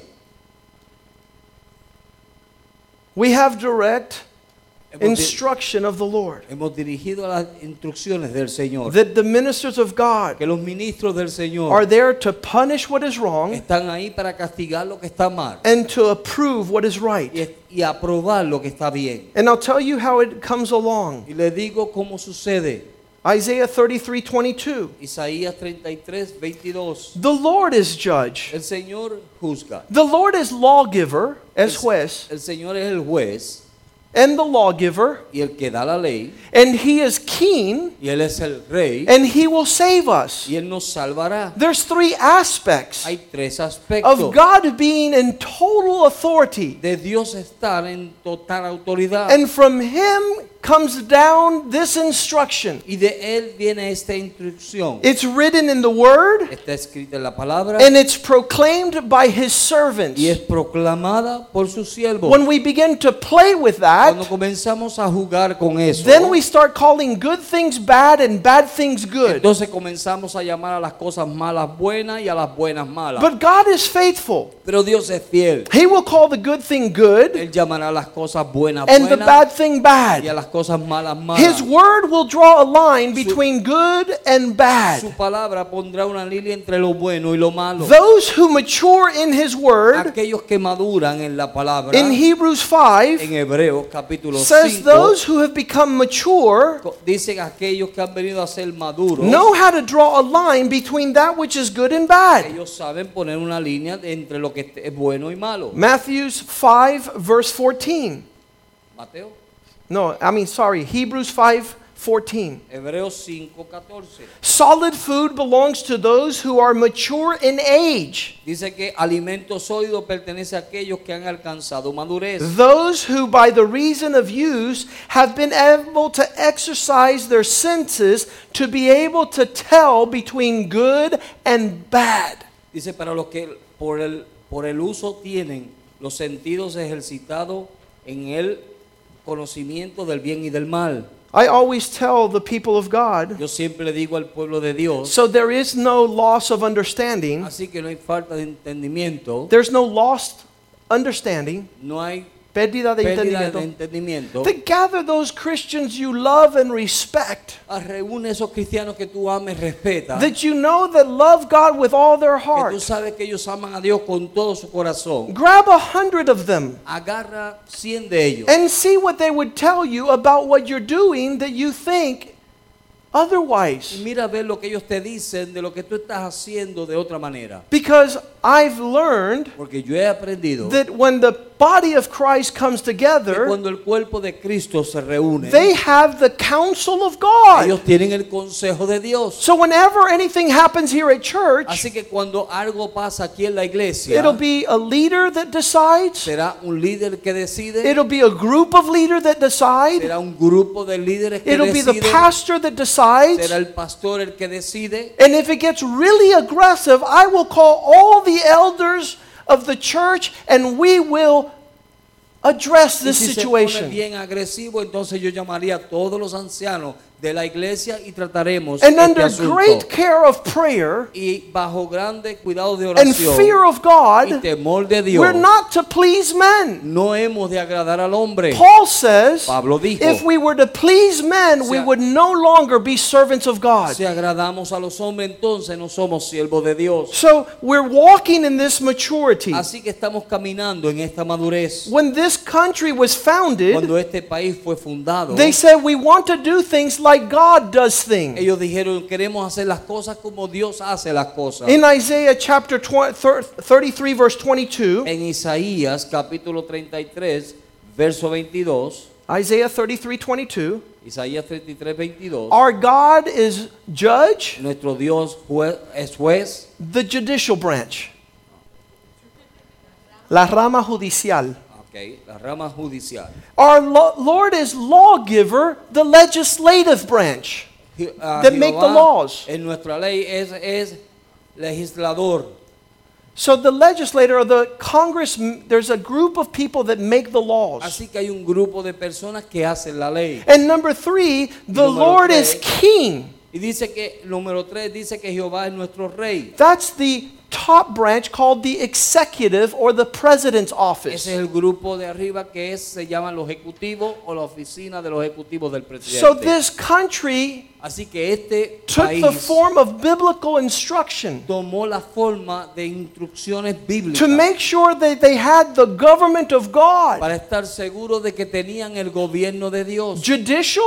Speaker 4: we have
Speaker 3: Eh,
Speaker 4: direct
Speaker 3: Hemos, di-
Speaker 4: instruction of the Lord.
Speaker 3: hemos dirigido a las instrucciones del Señor,
Speaker 4: That the ministers of God
Speaker 3: que los ministros del
Speaker 4: are
Speaker 3: Señor
Speaker 4: there to punish what is wrong
Speaker 3: están ahí para castigar lo que está mal.
Speaker 4: and to approve what is right.
Speaker 3: y, y aprobar lo que está bien.
Speaker 4: And I'll tell you how it comes along.
Speaker 3: Y le digo cómo sucede.
Speaker 4: Isaiah 33 22.
Speaker 3: Isaías 33, 22.
Speaker 4: The Lord is judge.
Speaker 3: El Señor juzga.
Speaker 4: The Lord is lawgiver, as juez,
Speaker 3: El Señor es el juez
Speaker 4: and the lawgiver,
Speaker 3: y el que da la ley.
Speaker 4: and he is king,
Speaker 3: Y Él es el rey
Speaker 4: and he will save us.
Speaker 3: y Él nos salvará.
Speaker 4: There's three aspects
Speaker 3: Hay tres
Speaker 4: of
Speaker 3: aspectos
Speaker 4: God being in total authority.
Speaker 3: de Dios estar en total autoridad.
Speaker 4: And from him comes down this instruction.
Speaker 3: Y de Él viene esta instrucción.
Speaker 4: It's written in the word,
Speaker 3: Está escrita en la palabra
Speaker 4: And it's proclaimed by his servants.
Speaker 3: y es proclamada por su siervo.
Speaker 4: When we begin to play with
Speaker 3: Cuando
Speaker 4: that,
Speaker 3: comenzamos a jugar con eso,
Speaker 4: then we start calling good things bad and bad things good.
Speaker 3: Entonces comenzamos a llamar a las cosas malas buenas y a las buenas malas.
Speaker 4: But God is faithful.
Speaker 3: Pero Dios es fiel.
Speaker 4: He will call the good thing good
Speaker 3: Él llamará a las cosas buenas
Speaker 4: and the
Speaker 3: buenas
Speaker 4: bad thing
Speaker 3: y a
Speaker 4: bad.
Speaker 3: las cosas malas malas.
Speaker 4: His word will draw a line between good and
Speaker 3: Su
Speaker 4: bad.
Speaker 3: palabra pondrá una línea entre lo bueno y lo malo.
Speaker 4: Those who mature in his word,
Speaker 3: Aquellos que maduran en la palabra,
Speaker 4: in Hebrews 5,
Speaker 3: en Hebreos capítulo
Speaker 4: says
Speaker 3: 5,
Speaker 4: those who have become mature
Speaker 3: co- dicen aquellos que han venido a ser maduros,
Speaker 4: know how to draw a line between that which is good and bad.
Speaker 3: ellos saben poner una línea de- entre lo que es bueno y malo.
Speaker 4: Matthew's 5 verse 14.
Speaker 3: Mateo,
Speaker 4: No, I mean sorry, Hebrews 5 14.
Speaker 3: Hebreos 5, 14.
Speaker 4: Solid food belongs to those who are mature in age.
Speaker 3: Dice que alimento sólido pertenece a aquellos que han alcanzado madurez,
Speaker 4: Those who by the reason of use have been able to exercise their senses to be able to tell between good and bad.
Speaker 3: dice para los que por el, por el uso tienen los sentidos ejercitados en el conocimiento del bien y del mal.
Speaker 4: I always tell the people of God
Speaker 3: Yo siempre le digo al pueblo de Dios,
Speaker 4: so there is no loss of understanding,
Speaker 3: así que no hay falta de entendimiento,
Speaker 4: there's no lost understanding,
Speaker 3: no hay
Speaker 4: pérdida de
Speaker 3: pérdida de
Speaker 4: entendimiento.
Speaker 3: entendimiento.
Speaker 4: Then gather those Christians you love and respect,
Speaker 3: Ah, Reúne esos cristianos que tú ames, respeta, que
Speaker 4: that you know that love God with all their
Speaker 3: tú
Speaker 4: heart.
Speaker 3: sabes que ellos aman a Dios con todo su corazón.
Speaker 4: Grab a hundred of them
Speaker 3: Agarra 100 de ellos
Speaker 4: and see what they would tell you about what you're doing that you think
Speaker 3: y
Speaker 4: otherwise.
Speaker 3: mira a ver lo que ellos te dicen de lo que tú estás haciendo de otra manera.
Speaker 4: Because I've learned
Speaker 3: Porque yo he aprendido
Speaker 4: that when the body of Christ comes
Speaker 3: que
Speaker 4: together,
Speaker 3: cuando el cuerpo de Cristo se reúne,
Speaker 4: they have the counsel of God.
Speaker 3: ellos tienen el consejo de Dios.
Speaker 4: So whenever anything happens here at church,
Speaker 3: Así que cuando algo pasa aquí en la iglesia,
Speaker 4: it'll be a leader that decides,
Speaker 3: será un líder que decide,
Speaker 4: it'll be a group of leader that decide,
Speaker 3: será un grupo de líderes que
Speaker 4: it'll be the
Speaker 3: decide,
Speaker 4: pastor that decides.
Speaker 3: será el pastor el que decide.
Speaker 4: And if it gets really aggressive, I will call all the elders of the church and we will address
Speaker 3: Y
Speaker 4: this
Speaker 3: si se pone
Speaker 4: situation.
Speaker 3: bien agresivo, entonces yo llamaría a todos los ancianos de la iglesia y trataremos
Speaker 4: And
Speaker 3: este
Speaker 4: under
Speaker 3: asunto.
Speaker 4: great care of prayer
Speaker 3: y bajo grande cuidado de
Speaker 4: and
Speaker 3: oración
Speaker 4: fear of
Speaker 3: y
Speaker 4: God,
Speaker 3: temor de Dios,
Speaker 4: we're not to please men.
Speaker 3: no hemos de agradar al hombre.
Speaker 4: Paul says,
Speaker 3: Pablo dijo,
Speaker 4: if we were to please men, we
Speaker 3: sea-
Speaker 4: would no longer be servants of God.
Speaker 3: Si agradamos a los hombres, entonces no somos siervos de Dios.
Speaker 4: So we're walking in this maturity.
Speaker 3: Así que estamos caminando en esta madurez.
Speaker 4: When this country was founded,
Speaker 3: Cuando este país fue fundado,
Speaker 4: they said, we want to do things like God does things.
Speaker 3: ellos dijeron, queremos hacer las cosas como Dios hace las cosas.
Speaker 4: In Isaiah chapter 20, thir- 33, verse 22,
Speaker 3: En Isaías capítulo 33, verso 22,
Speaker 4: Isaiah 33, 22,
Speaker 3: Isaías 33, 22,
Speaker 4: our God is judge,
Speaker 3: nuestro Dios jue- es juez,
Speaker 4: the judicial branch. La rama judicial.
Speaker 3: ok, la rama judicial.
Speaker 4: Our lo- Lord is lawgiver, the legislative branch.
Speaker 3: Je- ah,
Speaker 4: That make the
Speaker 3: Jehová
Speaker 4: laws.
Speaker 3: En nuestra ley es, es legislador.
Speaker 4: So the legislator or the Congress, there's a group of people that make the laws.
Speaker 3: Así que hay un grupo de personas que hacen la ley.
Speaker 4: And number three, the
Speaker 3: Número
Speaker 4: Lord is
Speaker 3: tres.
Speaker 4: king.
Speaker 3: Y dice que, número 3, dice que Jehová es nuestro rey.
Speaker 4: That's the top branch called the executive or the president's office.
Speaker 3: Ese es el grupo de arriba que es, se llaman los ejecutivos o la oficina de los ejecutivos del presidente.
Speaker 4: So this country
Speaker 3: Así que este
Speaker 4: took
Speaker 3: país
Speaker 4: the form of biblical instruction
Speaker 3: tomó la forma de instrucciones
Speaker 4: to
Speaker 3: bíblicas
Speaker 4: make sure that they had the government of God,
Speaker 3: para estar seguro de que tenían el gobierno de Dios,
Speaker 4: judicial,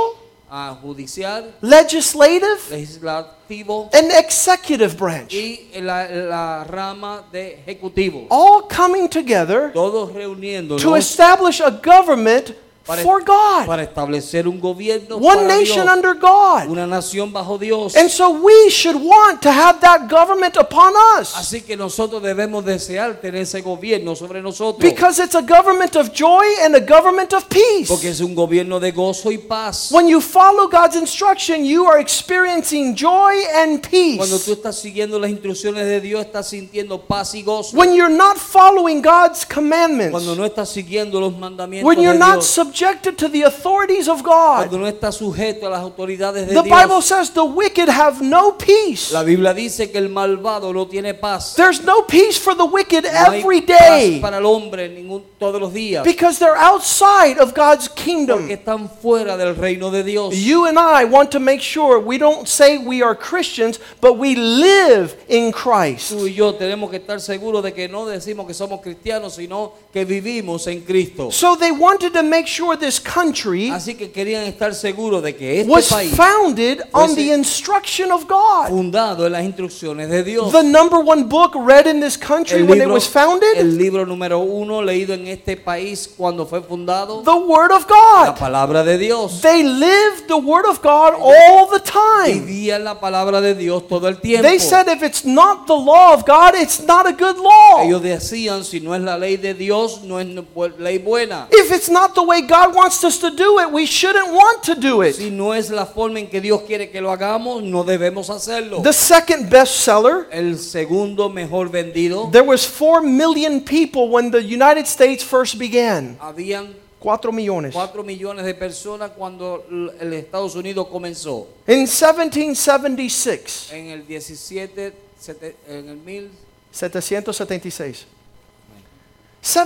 Speaker 3: ah, judicial,
Speaker 4: legislative,
Speaker 3: legislativo
Speaker 4: and executive branch,
Speaker 3: y la, la rama de ejecutivo.
Speaker 4: all coming together
Speaker 3: Todos
Speaker 4: to
Speaker 3: reuniéndonos
Speaker 4: establish a government
Speaker 3: para,
Speaker 4: for God,
Speaker 3: para establecer un gobierno
Speaker 4: one
Speaker 3: para
Speaker 4: nation
Speaker 3: Dios.
Speaker 4: under God.
Speaker 3: una nación bajo Dios.
Speaker 4: And so we should want to have that government upon us
Speaker 3: Así que nosotros debemos desear tener ese gobierno sobre nosotros.
Speaker 4: because it's a government of joy and a government of peace.
Speaker 3: Porque es un gobierno de gozo y paz.
Speaker 4: When you follow God's instruction, you are experiencing joy and
Speaker 3: Cuando tú
Speaker 4: peace.
Speaker 3: estás siguiendo las instrucciones de Dios, estás sintiendo paz y gozo.
Speaker 4: When you're not following God's
Speaker 3: Cuando
Speaker 4: commandments,
Speaker 3: no estás siguiendo los mandamientos
Speaker 4: when
Speaker 3: de
Speaker 4: you're not
Speaker 3: Dios,
Speaker 4: subjected to the authorities of
Speaker 3: cuando
Speaker 4: God,
Speaker 3: no estás sujeto a las autoridades de
Speaker 4: the Bible
Speaker 3: Dios,
Speaker 4: says the wicked have no peace.
Speaker 3: la Biblia dice que el malvado no tiene paz.
Speaker 4: There's no peace for the wicked
Speaker 3: No hay
Speaker 4: every
Speaker 3: paz
Speaker 4: day
Speaker 3: para el hombre ningún, todos los días.
Speaker 4: because they're outside of God's
Speaker 3: Porque
Speaker 4: kingdom.
Speaker 3: están fuera del reino de Dios.
Speaker 4: You and I want to make sure we don't say we are Christians, but we live in Christ.
Speaker 3: Tú y yo tenemos que estar seguros de que no decimos que somos cristianos, sino que vivimos en Cristo.
Speaker 4: So they wanted to make sure this country
Speaker 3: Así que querían estar seguros de que este
Speaker 4: was
Speaker 3: país
Speaker 4: founded on
Speaker 3: Fuese-
Speaker 4: the instruction of God.
Speaker 3: fundado en las instrucciones de Dios.
Speaker 4: The number one book read in this country
Speaker 3: El
Speaker 4: when it
Speaker 3: libro,
Speaker 4: was founded,
Speaker 3: el libro número uno leído en este país cuando fue fundado,
Speaker 4: the Word of
Speaker 3: la
Speaker 4: God.
Speaker 3: palabra de Dios.
Speaker 4: They lived the Word of God all the time.
Speaker 3: Vivían la palabra de Dios todo el tiempo.
Speaker 4: They said if it's not the law of God, it's not a good law.
Speaker 3: Ellos decían, si no es la ley de Dios, no es bu- ley buena.
Speaker 4: If it's not the way God wants us to do it, we shouldn't want to do
Speaker 3: Si
Speaker 4: it.
Speaker 3: no es la forma en que Dios quiere que lo hagamos, no debemos hacerlo.
Speaker 4: The second bestseller,
Speaker 3: El segundo mejor vendido
Speaker 4: there was 4 million people when the United States first began.
Speaker 3: Habían
Speaker 4: Cuatro millones.
Speaker 3: 4 millones de personas cuando l- el Estados Unidos comenzó
Speaker 4: In 1776,
Speaker 3: en el 17 sete- en el 1000
Speaker 4: 776.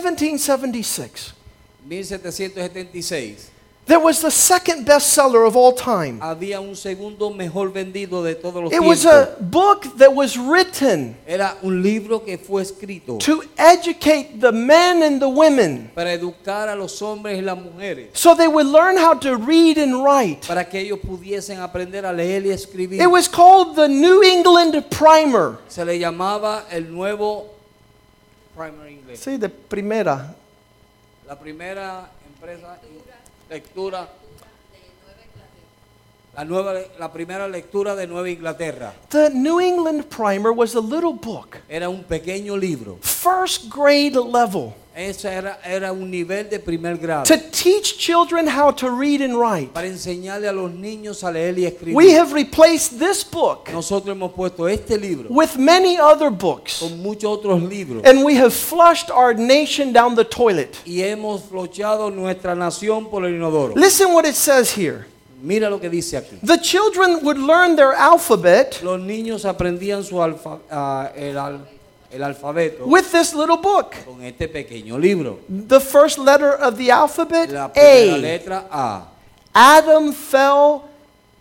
Speaker 4: 1776.
Speaker 3: 1776
Speaker 4: There was the second bestseller of all time.
Speaker 3: había un segundo mejor vendido de todos los
Speaker 4: It
Speaker 3: tiempos.
Speaker 4: was a book that was written
Speaker 3: Era un libro que fue escrito
Speaker 4: to educate the men and the women
Speaker 3: para educar a los hombres y las mujeres
Speaker 4: so they would learn how to read and write.
Speaker 3: para que ellos pudiesen aprender a leer y escribir.
Speaker 4: It was called the New England Primer.
Speaker 3: Se le llamaba el nuevo Primary English.
Speaker 4: Sí, de primera.
Speaker 3: La primera empresa lectura la nueva la primera lectura de Nueva Inglaterra.
Speaker 4: The New England Primer was a little book,
Speaker 3: Era un pequeño libro.
Speaker 4: first grade level,
Speaker 3: Ese era, era un nivel de primer grado.
Speaker 4: to teach children how to read and write.
Speaker 3: Para enseñarle a los niños a leer y escribir.
Speaker 4: We have replaced this book
Speaker 3: Nosotros hemos puesto este libro
Speaker 4: with many other books,
Speaker 3: con muchos otros libros
Speaker 4: and we have flushed our nation down the toilet.
Speaker 3: y hemos flochado nuestra nación por el inodoro.
Speaker 4: Listen what it says here.
Speaker 3: Mira lo que dice aquí.
Speaker 4: The children would learn their alphabet
Speaker 3: Los niños aprendían su alfa- ah, el, al- el alfabeto
Speaker 4: with this little book.
Speaker 3: con este pequeño libro.
Speaker 4: The first letter of the alphabet,
Speaker 3: La primera
Speaker 4: A.
Speaker 3: letra A.
Speaker 4: Adam fell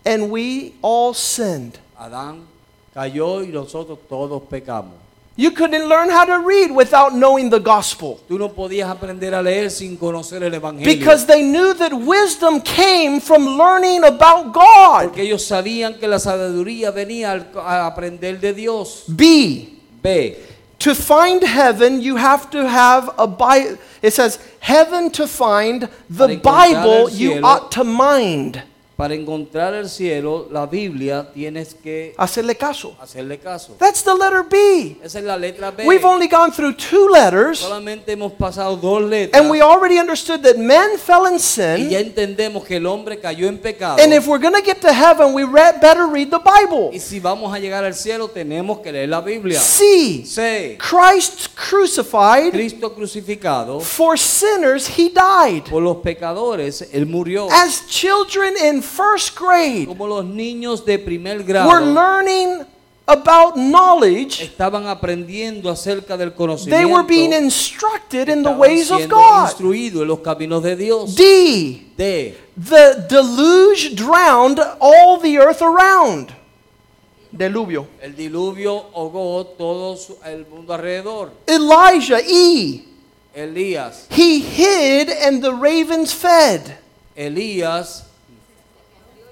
Speaker 4: and we all sinned.
Speaker 3: Adán cayó y nosotros todos pecamos.
Speaker 4: You couldn't learn how to read without knowing the gospel
Speaker 3: Tú no podías aprender a leer sin conocer el evangelio.
Speaker 4: because they knew that wisdom came from learning about God.
Speaker 3: porque ellos sabían que la sabiduría venía al, a aprender de Dios.
Speaker 4: B.
Speaker 3: B.
Speaker 4: To find heaven, you have to have a Bible. It says, heaven to find,
Speaker 3: Para
Speaker 4: the
Speaker 3: encontrar el
Speaker 4: Bible you
Speaker 3: cielo.
Speaker 4: ought to mind.
Speaker 3: Para encontrar el cielo, la Biblia tienes que
Speaker 4: Hacerle caso.
Speaker 3: hacerle caso.
Speaker 4: That's the letter B.
Speaker 3: Esa es la letra B.
Speaker 4: We've only gone through two letters,
Speaker 3: Solamente hemos pasado dos letras
Speaker 4: and we already understood that men fell in
Speaker 3: y ya
Speaker 4: sin.
Speaker 3: entendemos que el hombre cayó en pecado.
Speaker 4: And if we're going to get to heaven, we re- better read the Bible.
Speaker 3: y si vamos a llegar al cielo, tenemos que leer la Biblia.
Speaker 4: C.
Speaker 3: C.
Speaker 4: Christ crucified,
Speaker 3: Cristo crucificado
Speaker 4: for sinners he died.
Speaker 3: por los pecadores, él murió.
Speaker 4: As children in first grade
Speaker 3: Como los niños de primer
Speaker 4: were
Speaker 3: grado
Speaker 4: learning about knowledge,
Speaker 3: estaban aprendiendo acerca del
Speaker 4: they
Speaker 3: conocimiento.
Speaker 4: were being instructed in the
Speaker 3: estaban
Speaker 4: ways of
Speaker 3: siendo
Speaker 4: God.
Speaker 3: instruidos en los caminos de Dios.
Speaker 4: D.
Speaker 3: D.
Speaker 4: The deluge drowned all the earth around. Deluvio.
Speaker 3: El diluvio ahogó todo su- el mundo alrededor.
Speaker 4: Elijah, E.
Speaker 3: Elías,
Speaker 4: He hid and the ravens fed.
Speaker 3: Elías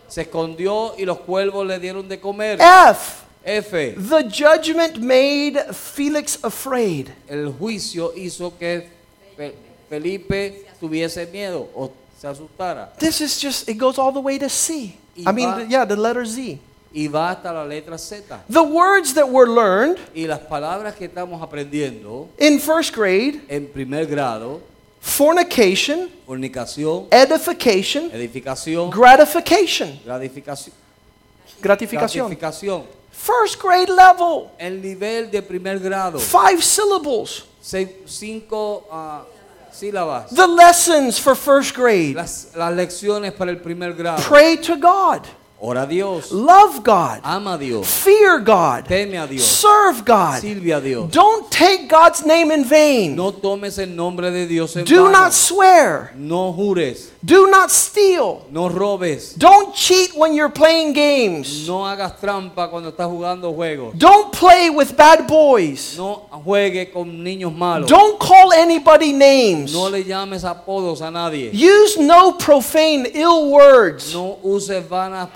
Speaker 3: se escondió y los cuervos le dieron de comer.
Speaker 4: Eh, F.
Speaker 3: F.
Speaker 4: The judgment made Felix afraid.
Speaker 3: El juicio hizo que Fe- Felipe tuviese miedo o se asustara.
Speaker 4: This is just, it goes all the way to C. I
Speaker 3: Iba-
Speaker 4: mean, yeah, the letter Z.
Speaker 3: Y va hasta la letra Z.
Speaker 4: The words that were learned
Speaker 3: Y las palabras que estamos aprendiendo
Speaker 4: in first grade
Speaker 3: en primer grado,
Speaker 4: fornication,
Speaker 3: fornicación,
Speaker 4: edification,
Speaker 3: edificación,
Speaker 4: gratification.
Speaker 3: gratificación,
Speaker 4: Gratificación.
Speaker 3: gratificación.
Speaker 4: First grade level,
Speaker 3: El nivel de primer grado,
Speaker 4: five syllables.
Speaker 3: se- cinco ah, sílabas.
Speaker 4: The lessons for first grade
Speaker 3: Las, las lecciones para el primer grado.
Speaker 4: pray to God,
Speaker 3: Ora a Dios.
Speaker 4: love God,
Speaker 3: Ama a Dios.
Speaker 4: fear God,
Speaker 3: Teme a Dios.
Speaker 4: serve God.
Speaker 3: Sirve a Dios.
Speaker 4: Don't take God's name in vain.
Speaker 3: No tomes el nombre de Dios en
Speaker 4: Do
Speaker 3: vano.
Speaker 4: not swear.
Speaker 3: No jures.
Speaker 4: Do not steal.
Speaker 3: No robes.
Speaker 4: Don't cheat when you're playing games.
Speaker 3: No hagas trampa cuando estás jugando juegos.
Speaker 4: Don't play with bad boys.
Speaker 3: No juegues con niños malos.
Speaker 4: Don't call anybody names.
Speaker 3: No le llames apodos a nadie.
Speaker 4: Use no profane, ill words.
Speaker 3: No uses vanas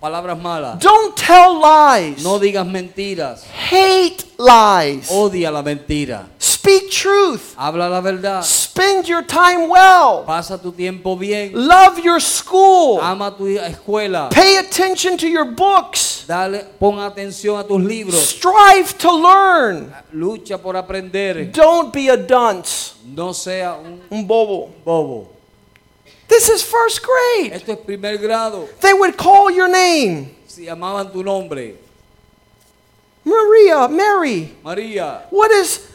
Speaker 3: palabras malas.
Speaker 4: Don't tell lies.
Speaker 3: No Oh. digas mentiras.
Speaker 4: Hate lies.
Speaker 3: Odia la mentira.
Speaker 4: Speak truth.
Speaker 3: Habla la verdad.
Speaker 4: Spend your time well.
Speaker 3: Pasa tu tiempo bien.
Speaker 4: Love your school.
Speaker 3: Ama tu escuela.
Speaker 4: Pay attention to your books.
Speaker 3: Dale, pon atención a tus libros.
Speaker 4: Strive to learn.
Speaker 3: Lucha por aprender.
Speaker 4: Don't be a dunce.
Speaker 3: No sea un
Speaker 4: Un bobo.
Speaker 3: bobo.
Speaker 4: This is first grade.
Speaker 3: Esto es primer grado.
Speaker 4: They would call your name
Speaker 3: Si llamaban tu nombre,
Speaker 4: Maria, Mary.
Speaker 3: María,
Speaker 4: What is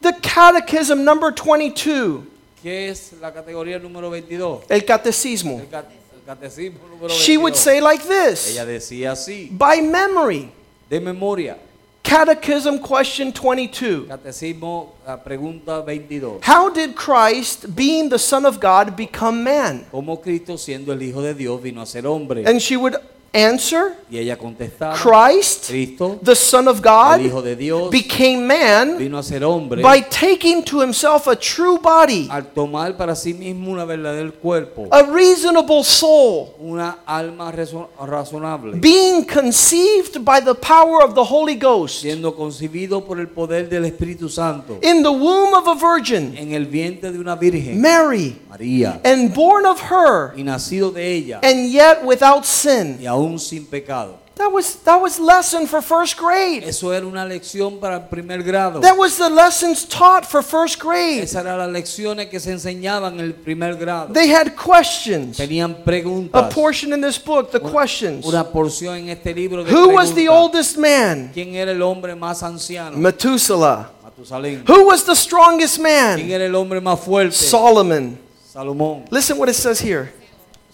Speaker 4: the catechism number 22?
Speaker 3: ¿Qué es la categoría número 22?
Speaker 4: El catecismo.
Speaker 3: El, ca- el catecismo número 22.
Speaker 4: She would say like this
Speaker 3: Ella decía así,
Speaker 4: by memory.
Speaker 3: de memoria.
Speaker 4: Catechism question 22.
Speaker 3: Catecismo, la pregunta 22.
Speaker 4: How did Christ, being the Son of God, become man?
Speaker 3: ¿Cómo Cristo, siendo el Hijo de Dios, vino a ser hombre?
Speaker 4: And she would answer
Speaker 3: Y ella contestaba,
Speaker 4: Christ,
Speaker 3: Cristo,
Speaker 4: the Son of God,
Speaker 3: el Hijo de Dios,
Speaker 4: became man
Speaker 3: vino a ser hombre
Speaker 4: by taking to himself a true body,
Speaker 3: al tomar para sí mismo una verdadero cuerpo,
Speaker 4: a reasonable soul,
Speaker 3: una alma razo- razonable,
Speaker 4: being conceived by the power of the Holy Ghost
Speaker 3: siendo concebido por el poder del Espíritu Santo
Speaker 4: in the womb of a virgin,
Speaker 3: en el vientre de una virgen,
Speaker 4: Mary,
Speaker 3: María,
Speaker 4: and born of her,
Speaker 3: y nacido de ella,
Speaker 4: and yet without sin.
Speaker 3: y aún sin pecado.
Speaker 4: That was, that was lesson for first grade.
Speaker 3: Eso era una lección para el primer grado.
Speaker 4: That was the lessons taught for first grade.
Speaker 3: Esas eran las lecciones que se enseñaban en el primer grado.
Speaker 4: They had questions.
Speaker 3: Tenían
Speaker 4: A
Speaker 3: preguntas.
Speaker 4: portion in this book, the questions.
Speaker 3: Una porción en este libro de
Speaker 4: Who was the
Speaker 3: preguntas.
Speaker 4: oldest man?
Speaker 3: ¿Quién era el hombre más anciano?
Speaker 4: Methuselah.
Speaker 3: Matusalén.
Speaker 4: Who was the strongest
Speaker 3: ¿Quién
Speaker 4: man?
Speaker 3: era el hombre más fuerte?
Speaker 4: Solomon.
Speaker 3: Salomón.
Speaker 4: Listen what it says here.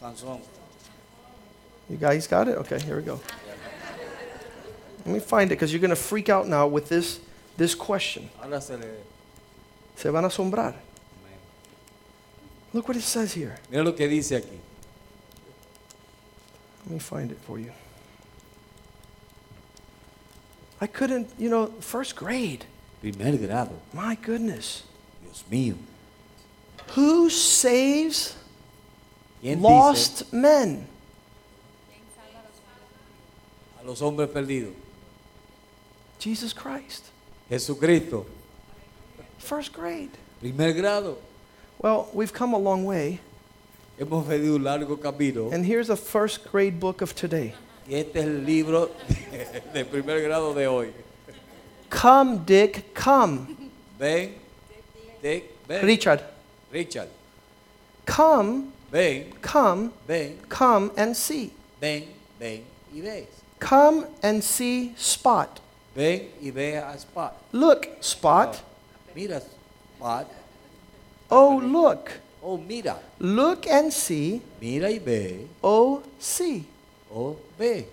Speaker 3: Sansón.
Speaker 4: You guys got it? Okay, here we go. Let me find it because you're going to freak out now with this, this question.
Speaker 3: Ahora se le-
Speaker 4: Se van a asombrar. Look what it says here.
Speaker 3: Mira lo que dice aquí.
Speaker 4: Let me find it for you. I couldn't, you know, first grade.
Speaker 3: Primer grado.
Speaker 4: My goodness.
Speaker 3: Dios mío.
Speaker 4: Who saves
Speaker 3: ¿Quién dice
Speaker 4: lost men?
Speaker 3: a los hombres perdidos?
Speaker 4: Jesus Christ.
Speaker 3: Jesucristo.
Speaker 4: First grade.
Speaker 3: Primer grado.
Speaker 4: Well, we've come a long way.
Speaker 3: Hemos venido un largo camino.
Speaker 4: And here's a first grade book of today.
Speaker 3: Y este es el libro de, de primer grado de hoy.
Speaker 4: Come, Dick, come.
Speaker 3: Ven. Dick, ven.
Speaker 4: Richard,
Speaker 3: Richard.
Speaker 4: come,
Speaker 3: Ven,
Speaker 4: come,
Speaker 3: ven,
Speaker 4: come and see.
Speaker 3: ven, ven y ves.
Speaker 4: Come and see Spot.
Speaker 3: Ven y ve a Spot.
Speaker 4: Look, Spot.
Speaker 3: Mira Spot.
Speaker 4: Oh, look.
Speaker 3: Oh, mira.
Speaker 4: Look and see.
Speaker 3: Mira y ve.
Speaker 4: Oh, see.
Speaker 3: Oh, ve.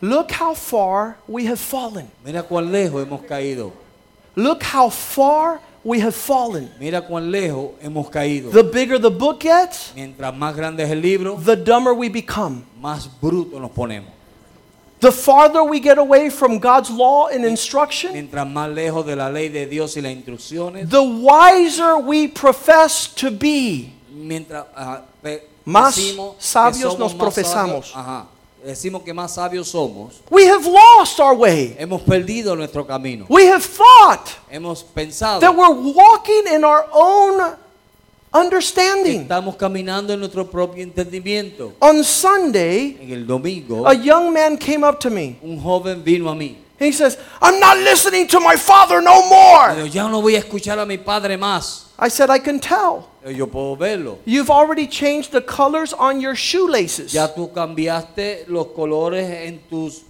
Speaker 4: Look how far we have fallen.
Speaker 3: Mira cuán lejos hemos caído.
Speaker 4: Look how far we have fallen.
Speaker 3: Mira cuán lejos hemos caído.
Speaker 4: The bigger the book gets,
Speaker 3: Mientras más grande es el libro,
Speaker 4: the dumber we become.
Speaker 3: más bruto nos ponemos.
Speaker 4: The farther we get away from God's law and instruction,
Speaker 3: Mientras más lejos de la ley de Dios y las instrucciones,
Speaker 4: the wiser we profess to be.
Speaker 3: mientras ajá, pe-
Speaker 4: Más
Speaker 3: decimos que
Speaker 4: sabios
Speaker 3: somos
Speaker 4: nos
Speaker 3: más sabios,
Speaker 4: profesamos.
Speaker 3: ajá, decimos que más sabios somos.
Speaker 4: We have lost our way.
Speaker 3: Hemos perdido nuestro camino.
Speaker 4: We have thought
Speaker 3: Hemos pensado
Speaker 4: that we're walking in our own
Speaker 3: que
Speaker 4: understanding.
Speaker 3: estamos caminando en nuestro propio entendimiento.
Speaker 4: On Sunday,
Speaker 3: En el domingo,
Speaker 4: a young man came up to me.
Speaker 3: un joven vino a mí.
Speaker 4: He says, I'm not listening to my father no
Speaker 3: Me
Speaker 4: more.
Speaker 3: dijo, ya no voy a escuchar a mi padre más.
Speaker 4: I said, I can tell.
Speaker 3: Yo, Yo puedo verlo.
Speaker 4: You've already changed the colors on your shoelaces.
Speaker 3: Ya tú cambiaste los colores en tus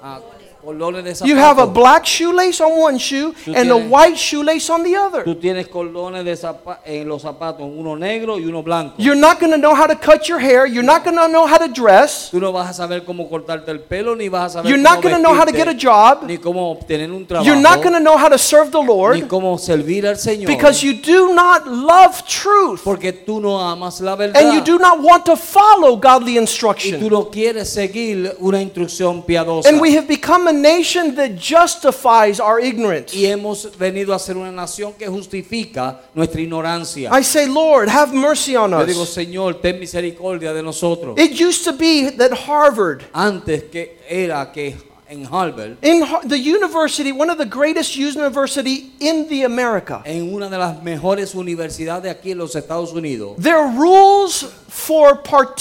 Speaker 3: ah, colores de zapatos.
Speaker 4: You have a black shoelace on one shoe
Speaker 3: Tú
Speaker 4: and a
Speaker 3: tienes-
Speaker 4: white shoelace on the other.
Speaker 3: Tú tienes cordones de zapa- en los zapatos, uno negro y uno blanco.
Speaker 4: You're not going to know how to cut your hair. You're not going to know how to dress.
Speaker 3: Tú no vas a saber cómo cortarte el pelo, ni vas a saber
Speaker 4: You're
Speaker 3: cómo
Speaker 4: not gonna know how to
Speaker 3: vestirte,
Speaker 4: get a job.
Speaker 3: ni cómo obtener un trabajo,
Speaker 4: You're not going to know how to serve the
Speaker 3: ni eh?
Speaker 4: Lord
Speaker 3: cómo servir al Señor,
Speaker 4: because you do not love truth
Speaker 3: porque tú no amas la verdad
Speaker 4: and you do not want to follow godly
Speaker 3: y tú
Speaker 4: instruction.
Speaker 3: no quieres seguir una instrucción piadosa.
Speaker 4: And we have become a nation that justifies our ignorance.
Speaker 3: y hemos venido a ser una nación que justifica nuestra ignorancia.
Speaker 4: I say, Lord, have mercy on
Speaker 3: Yo digo,
Speaker 4: us.
Speaker 3: Señor, ten misericordia de nosotros.
Speaker 4: It used to be that Harvard,
Speaker 3: Antes que era que en Harvard,
Speaker 4: in Har- the university, one of the greatest university in the America,
Speaker 3: en una de las mejores universidades aquí en los Estados Unidos,
Speaker 4: Their rules for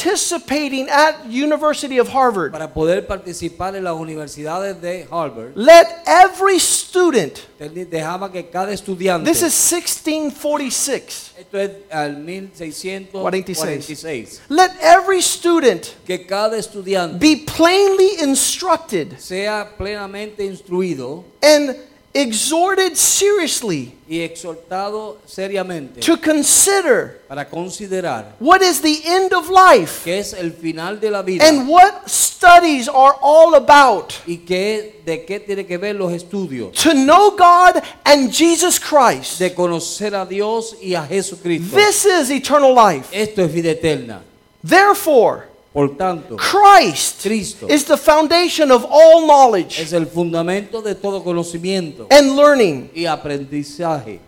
Speaker 4: participating at University of Harvard.
Speaker 3: para poder participar en las universidades de Harvard,
Speaker 4: Let every student,
Speaker 3: él dejaba que cada estudiante,
Speaker 4: this is 1646,
Speaker 3: esto es al 1646,
Speaker 4: let every student
Speaker 3: que cada estudiante
Speaker 4: be plainly instructed
Speaker 3: sea plenamente instruido
Speaker 4: and exhorted seriously
Speaker 3: y exhortado seriamente
Speaker 4: to consider
Speaker 3: para considerar
Speaker 4: what is the end of life
Speaker 3: qué es el final de la vida
Speaker 4: and what studies are all about.
Speaker 3: y qué, de qué tiene que ver los estudios,
Speaker 4: To know God and Jesus Christ.
Speaker 3: de conocer a Dios y a Jesucristo.
Speaker 4: This is eternal life.
Speaker 3: Esto es vida eterna.
Speaker 4: Therefore,
Speaker 3: Por tanto,
Speaker 4: Christ
Speaker 3: Cristo.
Speaker 4: is the foundation of all knowledge
Speaker 3: es el fundamento de todo conocimiento
Speaker 4: and learning.
Speaker 3: y aprendizaje.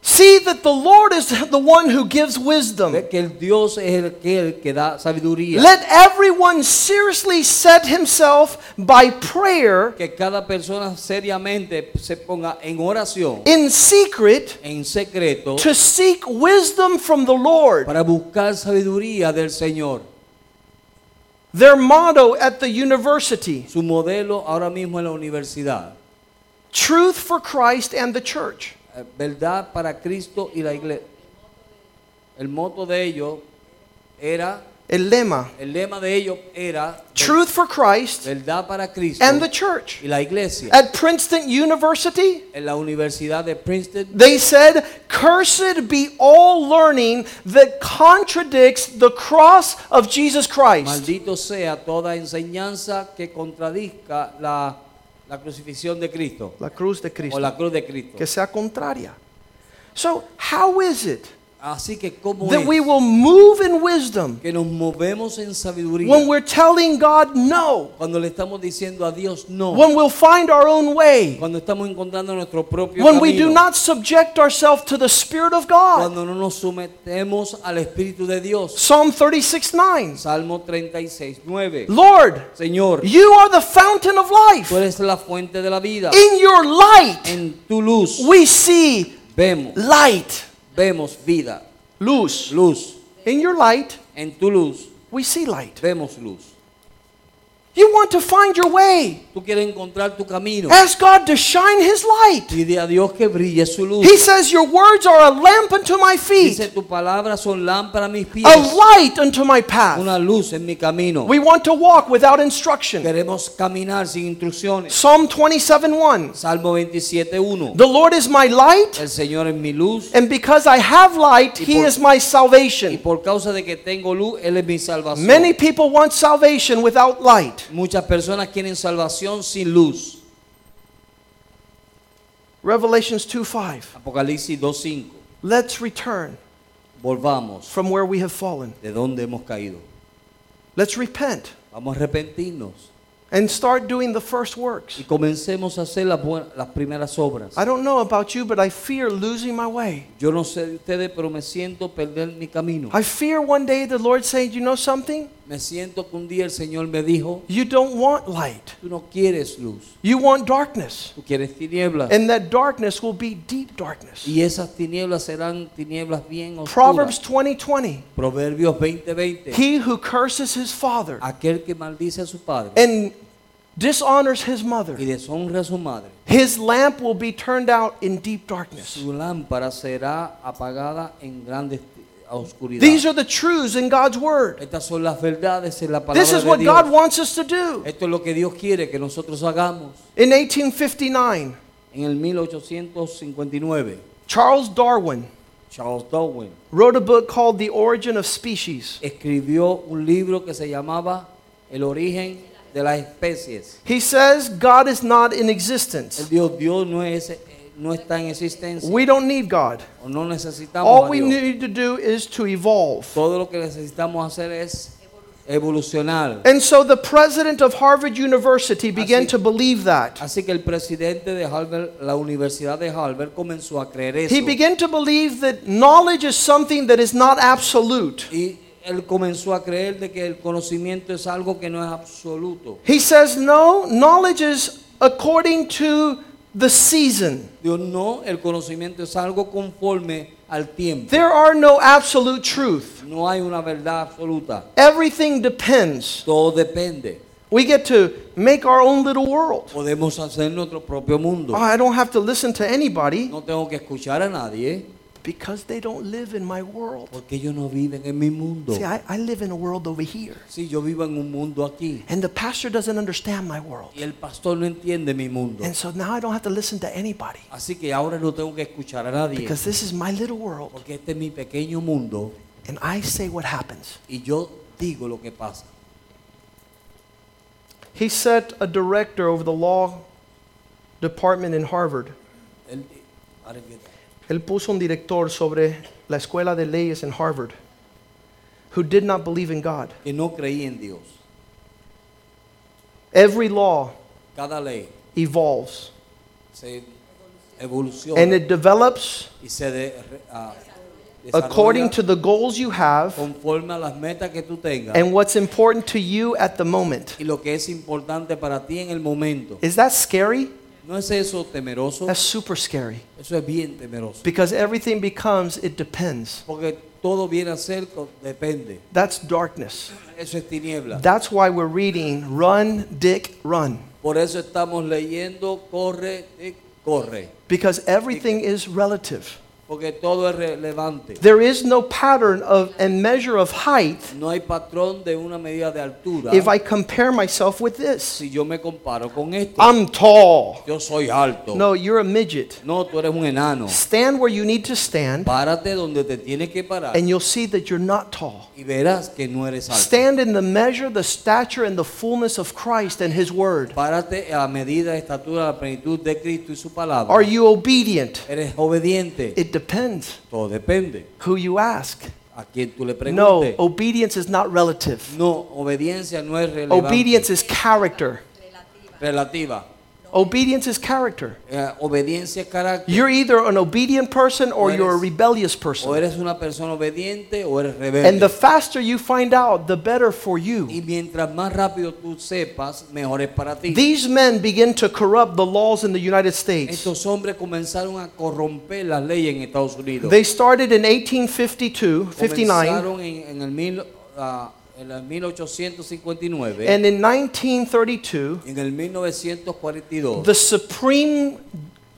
Speaker 4: See that the Lord is the one who gives wisdom.
Speaker 3: Ve que el Dios es el que, el que da sabiduría.
Speaker 4: Let everyone seriously set himself by prayer
Speaker 3: que cada persona seriamente se ponga en oración,
Speaker 4: in secret
Speaker 3: en secreto,
Speaker 4: to seek wisdom from the Lord.
Speaker 3: para buscar sabiduría del Señor.
Speaker 4: Their motto at the university
Speaker 3: Su modelo ahora mismo en la universidad.
Speaker 4: truth for Christ and the church.
Speaker 3: Eh, Verdad para Cristo y la iglesia. El moto de ellos era,
Speaker 4: El lema
Speaker 3: el lema de ellos era
Speaker 4: truth for Christ
Speaker 3: verdad para Cristo
Speaker 4: and the church.
Speaker 3: y la iglesia.
Speaker 4: At Princeton University,
Speaker 3: En la Universidad de Princeton
Speaker 4: They said, Cursed be all learning that contradicts the cross of Jesus Christ.
Speaker 3: Maldito sea toda enseñanza que contradizca la, la crucifixión de Cristo
Speaker 4: La cruz de
Speaker 3: o
Speaker 4: Cristo.
Speaker 3: la cruz de Cristo.
Speaker 4: Que sea contraria. So, how is it
Speaker 3: Así que como
Speaker 4: that we
Speaker 3: es
Speaker 4: will move in wisdom
Speaker 3: que nos movemos en sabiduría
Speaker 4: when we're telling God no?
Speaker 3: cuando le estamos diciendo a Dios no,
Speaker 4: When we'll find our own way?
Speaker 3: cuando estamos encontrando nuestro propio
Speaker 4: When we
Speaker 3: camino,
Speaker 4: do not subject ourselves to the Spirit of God?
Speaker 3: cuando no nos sometemos al espíritu de Dios.
Speaker 4: Psalm 36 9.
Speaker 3: Salmo 36, 9.
Speaker 4: Lord,
Speaker 3: Señor,
Speaker 4: you are the fountain of life.
Speaker 3: tú eres la fuente de la vida.
Speaker 4: In your light,
Speaker 3: En tu luz
Speaker 4: we see
Speaker 3: vemos
Speaker 4: light.
Speaker 3: vemos vida,
Speaker 4: Luz.
Speaker 3: luz.
Speaker 4: In your light,
Speaker 3: En tu luz
Speaker 4: we see light.
Speaker 3: vemos luz.
Speaker 4: You want to find your way.
Speaker 3: Tú quieres encontrar tu camino.
Speaker 4: Ask God to shine His light.
Speaker 3: Pide a Dios que brille su luz.
Speaker 4: He says, Your words are a lamp unto my
Speaker 3: Dice
Speaker 4: feet,
Speaker 3: tu palabra son lámpara a mis pies,
Speaker 4: a light unto my path.
Speaker 3: una luz en mi camino.
Speaker 4: We want to walk without instruction.
Speaker 3: Queremos caminar sin instrucciones.
Speaker 4: Psalm 27 1.
Speaker 3: Salmo 27:1.
Speaker 4: The Lord is my light,
Speaker 3: El Señor es mi luz
Speaker 4: and because I have light,
Speaker 3: Y
Speaker 4: He
Speaker 3: por-
Speaker 4: is my
Speaker 3: y
Speaker 4: salvation.
Speaker 3: por causa de que tengo luz, él es mi salvación.
Speaker 4: Many people want salvation without light.
Speaker 3: Muchas personas quieren salvación sin luz.
Speaker 4: Revelations 2 5.
Speaker 3: Apocalipsis 2:5.
Speaker 4: Let's return
Speaker 3: Volvamos
Speaker 4: from where we have fallen.
Speaker 3: de donde hemos caído.
Speaker 4: Let's repent
Speaker 3: Vamos a arrepentirnos
Speaker 4: and start doing the first works.
Speaker 3: y comencemos a hacer las, buen- las primeras obras.
Speaker 4: I don't know about you, but I fear losing my way.
Speaker 3: Yo no sé de ustedes, pero me siento perder mi camino.
Speaker 4: I fear one day the Lord saying, You know something?
Speaker 3: Me siento que un día el Señor me dijo,
Speaker 4: You don't want light.
Speaker 3: tú no quieres luz,
Speaker 4: You want darkness.
Speaker 3: tú quieres tinieblas.
Speaker 4: And that darkness will be deep darkness.
Speaker 3: y esas tinieblas serán tinieblas bien
Speaker 4: Proverbs
Speaker 3: oscuras.
Speaker 4: 20
Speaker 3: Proverbios 20:20.
Speaker 4: He who curses his father
Speaker 3: Aquel que maldice a su padre
Speaker 4: and dishonors his
Speaker 3: y
Speaker 4: mother,
Speaker 3: deshonra a su madre,
Speaker 4: his lamp will be turned out in deep darkness.
Speaker 3: su lámpara será apagada en grande esti- oscuridad.
Speaker 4: These are the truths in God's word.
Speaker 3: Estas son las verdades en la palabra
Speaker 4: This is
Speaker 3: de
Speaker 4: what
Speaker 3: Dios.
Speaker 4: God wants us to do.
Speaker 3: Esto es lo que Dios quiere que nosotros hagamos.
Speaker 4: In 1859,
Speaker 3: En el 1859,
Speaker 4: Charles Darwin
Speaker 3: Charles Darwin
Speaker 4: wrote a book called The Origin of Species.
Speaker 3: escribió un libro que se llamaba El origen de las especies.
Speaker 4: He says God is not in
Speaker 3: El
Speaker 4: existence.
Speaker 3: Dios Dios no es eh, no está en existencia
Speaker 4: We don't need God.
Speaker 3: o no necesitamos
Speaker 4: All
Speaker 3: a
Speaker 4: we
Speaker 3: Dios.
Speaker 4: need to do is to evolve.
Speaker 3: Todo lo que necesitamos hacer es evolucionar.
Speaker 4: And so the president of Harvard University began
Speaker 3: Así-
Speaker 4: to believe that.
Speaker 3: Así que el presidente de Harvard, la Universidad de Harvard comenzó a creer eso.
Speaker 4: He began to believe that knowledge is something that is not absolute.
Speaker 3: y él comenzó a creer de que el conocimiento es algo que no es absoluto.
Speaker 4: He says, no, knowledge is according to the season.
Speaker 3: Dios no, el conocimiento es algo conforme al tiempo.
Speaker 4: There are no absolute truth.
Speaker 3: No hay una verdad absoluta.
Speaker 4: Everything depends.
Speaker 3: Todo depende.
Speaker 4: We get to make our own little world.
Speaker 3: Podemos hacer nuestro propio mundo.
Speaker 4: Oh, I don't have to listen to anybody
Speaker 3: No tengo que escuchar a nadie ¿eh?
Speaker 4: because they don't live in my world.
Speaker 3: porque ellos no viven en mi mundo.
Speaker 4: See, I, I live in a world over here.
Speaker 3: Sí, yo vivo en un mundo aquí
Speaker 4: And the pastor doesn't understand my world.
Speaker 3: y el pastor no entiende mi mundo.
Speaker 4: And so now I don't have to listen to anybody
Speaker 3: Así que ahora no tengo que escuchar a nadie
Speaker 4: because this is my little world.
Speaker 3: porque este es mi pequeño mundo
Speaker 4: And I say what happens.
Speaker 3: y yo digo lo que pasa.
Speaker 4: He set a director over the law department in Harvard.
Speaker 3: Él- ahora empieza.
Speaker 4: Él puso un director sobre la escuela de leyes en Harvard who did not believe in God.
Speaker 3: que no creía en Dios.
Speaker 4: Every law
Speaker 3: Cada ley
Speaker 4: evolves
Speaker 3: se evoluciona
Speaker 4: and it develops
Speaker 3: y se de- re- ah, desarrolla
Speaker 4: according to the goals you have
Speaker 3: conforme a las metas que tú tengas
Speaker 4: and what's important to you at the moment.
Speaker 3: y lo que es importante para ti en el momento.
Speaker 4: Is that scary?
Speaker 3: ¿No es eso temeroso?
Speaker 4: That's super scary
Speaker 3: Eso es bien temeroso.
Speaker 4: because everything becomes it depends.
Speaker 3: Porque todo viene a ser, co- depende.
Speaker 4: That's darkness.
Speaker 3: Eso es tiniebla.
Speaker 4: That's why we're reading Run, Dick, Run.
Speaker 3: Por eso estamos leyendo, corre, tic, corre.
Speaker 4: Because everything is relative.
Speaker 3: Porque todo es relevante.
Speaker 4: There is no pattern of and measure of height
Speaker 3: No hay patrón de una medida de altura.
Speaker 4: if I compare myself with this.
Speaker 3: Si yo me comparo con esto,
Speaker 4: I'm tall.
Speaker 3: yo soy alto.
Speaker 4: No, you're a midget.
Speaker 3: No, tú eres un enano.
Speaker 4: Stand where you need to stand,
Speaker 3: Párate donde te tienes que parar
Speaker 4: and you'll see that you're not tall.
Speaker 3: y verás que no eres alto.
Speaker 4: Stand in the measure, the stature, and the fullness of Christ and His Word.
Speaker 3: Párate a medida, estatura, la plenitud de Cristo y su palabra.
Speaker 4: Are you obedient?
Speaker 3: ¿Eres obediente?
Speaker 4: It depends
Speaker 3: Todo depende
Speaker 4: who you ask.
Speaker 3: a quien tú le
Speaker 4: No,
Speaker 3: preguntes.
Speaker 4: obedience is not relative.
Speaker 3: No, obediencia no es relevante.
Speaker 4: Obedience is character.
Speaker 3: relativa.
Speaker 4: Obedience is character.
Speaker 3: Eh, obediencia es carácter.
Speaker 4: You're either an obedient person or
Speaker 3: O
Speaker 4: you're a
Speaker 3: eres-
Speaker 4: rebellious
Speaker 3: o
Speaker 4: person.
Speaker 3: eres una persona obediente o eres rebelde.
Speaker 4: And the faster you find out, the better for
Speaker 3: y
Speaker 4: you.
Speaker 3: mientras más rápido tú sepas, mejor es para ti.
Speaker 4: These men begin to corrupt the laws in the United States.
Speaker 3: Estos hombres comenzaron a corromper las leyes en Estados Unidos.
Speaker 4: They started in 1852, 59,
Speaker 3: Comenzaron en, en el mil, ah, en el 1859.
Speaker 4: and in 1932,
Speaker 3: en el 1942,
Speaker 4: the Supreme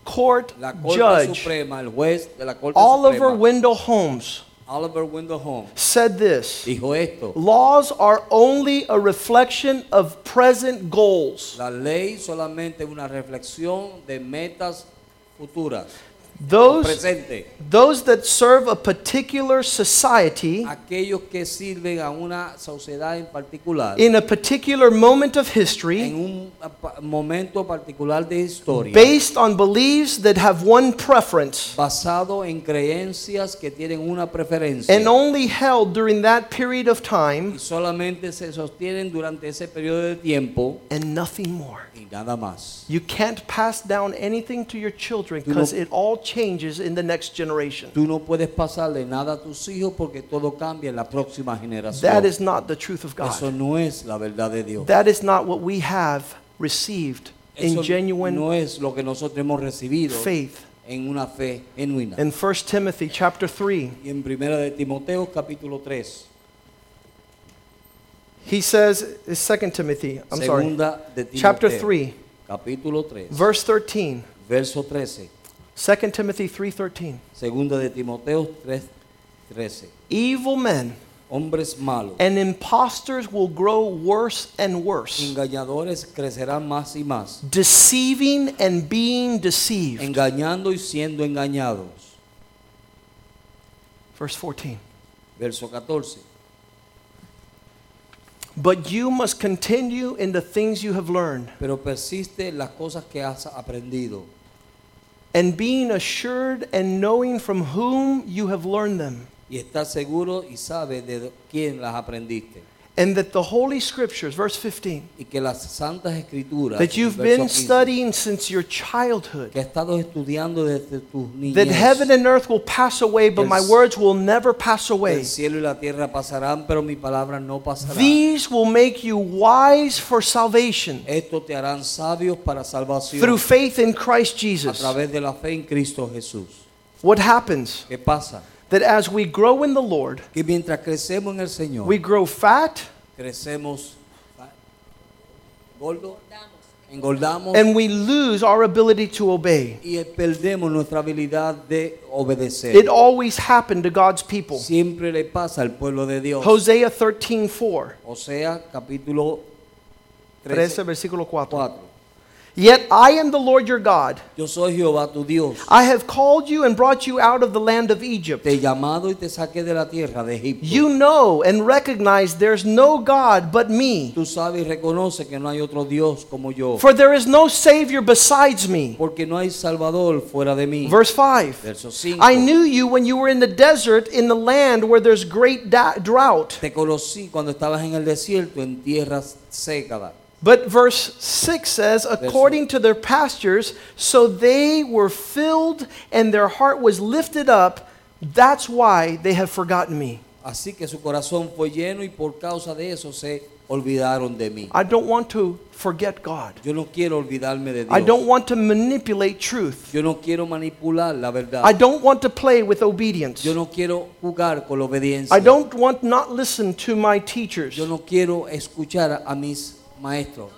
Speaker 4: Court
Speaker 3: la Corte
Speaker 4: judge
Speaker 3: Suprema, el juez de la Corte
Speaker 4: Oliver
Speaker 3: Suprema,
Speaker 4: Wendell Holmes
Speaker 3: Oliver Wendell Holmes,
Speaker 4: said this
Speaker 3: dijo esto.
Speaker 4: Laws are only a reflection of present goals.
Speaker 3: La ley solamente es una reflexión de metas futuras. o
Speaker 4: Those
Speaker 3: presente.
Speaker 4: Those that serve a particular society
Speaker 3: Aquellos que sirven a una sociedad en particular,
Speaker 4: in a particular moment of
Speaker 3: en
Speaker 4: history
Speaker 3: un pa- momento particular de historia,
Speaker 4: based on beliefs that have one preference
Speaker 3: basado en creencias que tienen una preferencia.
Speaker 4: and only held during that period of
Speaker 3: y
Speaker 4: time
Speaker 3: solamente se sostienen durante ese periodo de tiempo
Speaker 4: and nothing more.
Speaker 3: y nada más.
Speaker 4: You can't pass down anything to your children
Speaker 3: Tú no-
Speaker 4: because it all changes in the next generation.
Speaker 3: Tú no puedes pasarle nada a tus hijos porque todo cambia en la próxima generación.
Speaker 4: That is not the truth of
Speaker 3: Eso
Speaker 4: God.
Speaker 3: no es la verdad de Dios.
Speaker 4: That is not what we have received in
Speaker 3: Eso
Speaker 4: genuine
Speaker 3: no es lo que nosotros hemos recibido
Speaker 4: faith.
Speaker 3: en una fe genuina.
Speaker 4: In 1 Timothy chapter 3,
Speaker 3: y en primera de Timoteo capítulo 3,
Speaker 4: he says, it's 2 Timothy, I'm sorry.
Speaker 3: segunda de Timoteo
Speaker 4: Chapter 3,
Speaker 3: capítulo 3,
Speaker 4: verse 13.
Speaker 3: verso 13,
Speaker 4: 2 Timothy 3:13.
Speaker 3: segunda de Timoteo 3, 13.
Speaker 4: Evil men
Speaker 3: Hombres malos,
Speaker 4: and impostors will grow worse and worse,
Speaker 3: engañadores crecerán más y más,
Speaker 4: deceiving and being deceived.
Speaker 3: engañando y siendo engañados.
Speaker 4: Verse 14.
Speaker 3: Verso 14.
Speaker 4: But you must continue in the things you have learned,
Speaker 3: Pero persiste en las cosas que has aprendido,
Speaker 4: and being assured and knowing from whom you have learned them,
Speaker 3: y estás seguro y sabes de quién las aprendiste.
Speaker 4: and that the Holy Scriptures, verse 15,
Speaker 3: y que las santas escrituras
Speaker 4: that
Speaker 3: en el
Speaker 4: you've
Speaker 3: verso
Speaker 4: been
Speaker 3: 15,
Speaker 4: studying since your childhood,
Speaker 3: que has estado estudiando desde tus niñez
Speaker 4: that heaven and earth will pass away, but my
Speaker 3: El-
Speaker 4: words will never pass away.
Speaker 3: el cielo y la tierra pasarán pero mi palabra no pasará
Speaker 4: These will make you wise for salvation
Speaker 3: esto te harán sabios para salvación
Speaker 4: through faith in Christ
Speaker 3: a
Speaker 4: Jesus.
Speaker 3: través de la fe en Cristo Jesús
Speaker 4: What happens?
Speaker 3: ¿qué pasa?
Speaker 4: That as we grow in the Lord,
Speaker 3: que mientras crecemos en el Señor
Speaker 4: we grow fat
Speaker 3: crecemos ¿ah? gordo engordamos
Speaker 4: and we lose our ability to obey.
Speaker 3: y perdemos nuestra habilidad de obedecer
Speaker 4: It always happened to God's people.
Speaker 3: siempre le pasa al pueblo de Dios
Speaker 4: Hosea 13:4.
Speaker 3: o sea capítulo
Speaker 4: 13,
Speaker 3: 13
Speaker 4: versículo 4.
Speaker 3: 4
Speaker 4: Yet I am the Lord your God.
Speaker 3: yo soy Jehová tu Dios
Speaker 4: I have called you and brought you out of the land of Egypt.
Speaker 3: te he llamado y te saqué de la tierra de Egipto
Speaker 4: You know and recognize there's no God but me,
Speaker 3: tú sabes y reconoces que no hay otro Dios como yo
Speaker 4: for there is no Savior besides me.
Speaker 3: porque no hay salvador fuera de mí
Speaker 4: Verse 5.
Speaker 3: verso 5
Speaker 4: I knew you when you were in the desert, in the land where there's great da- drought.
Speaker 3: te conocí cuando estabas en el desierto en tierras secas
Speaker 4: But verse 6 says, according to their pastures, so they were filled and their heart was lifted up. That's why they have forgotten me.
Speaker 3: Así que su corazón fue lleno y por causa de eso se olvidaron de mí.
Speaker 4: I don't want to forget God.
Speaker 3: Yo no quiero olvidarme de
Speaker 4: I don't
Speaker 3: Dios.
Speaker 4: want to manipulate truth.
Speaker 3: Yo no quiero manipular la verdad.
Speaker 4: I don't want to play with obedience.
Speaker 3: Yo no quiero jugar con la obediencia.
Speaker 4: I don't want not listen to my teachers.
Speaker 3: Yo no quiero escuchar a mis maestros.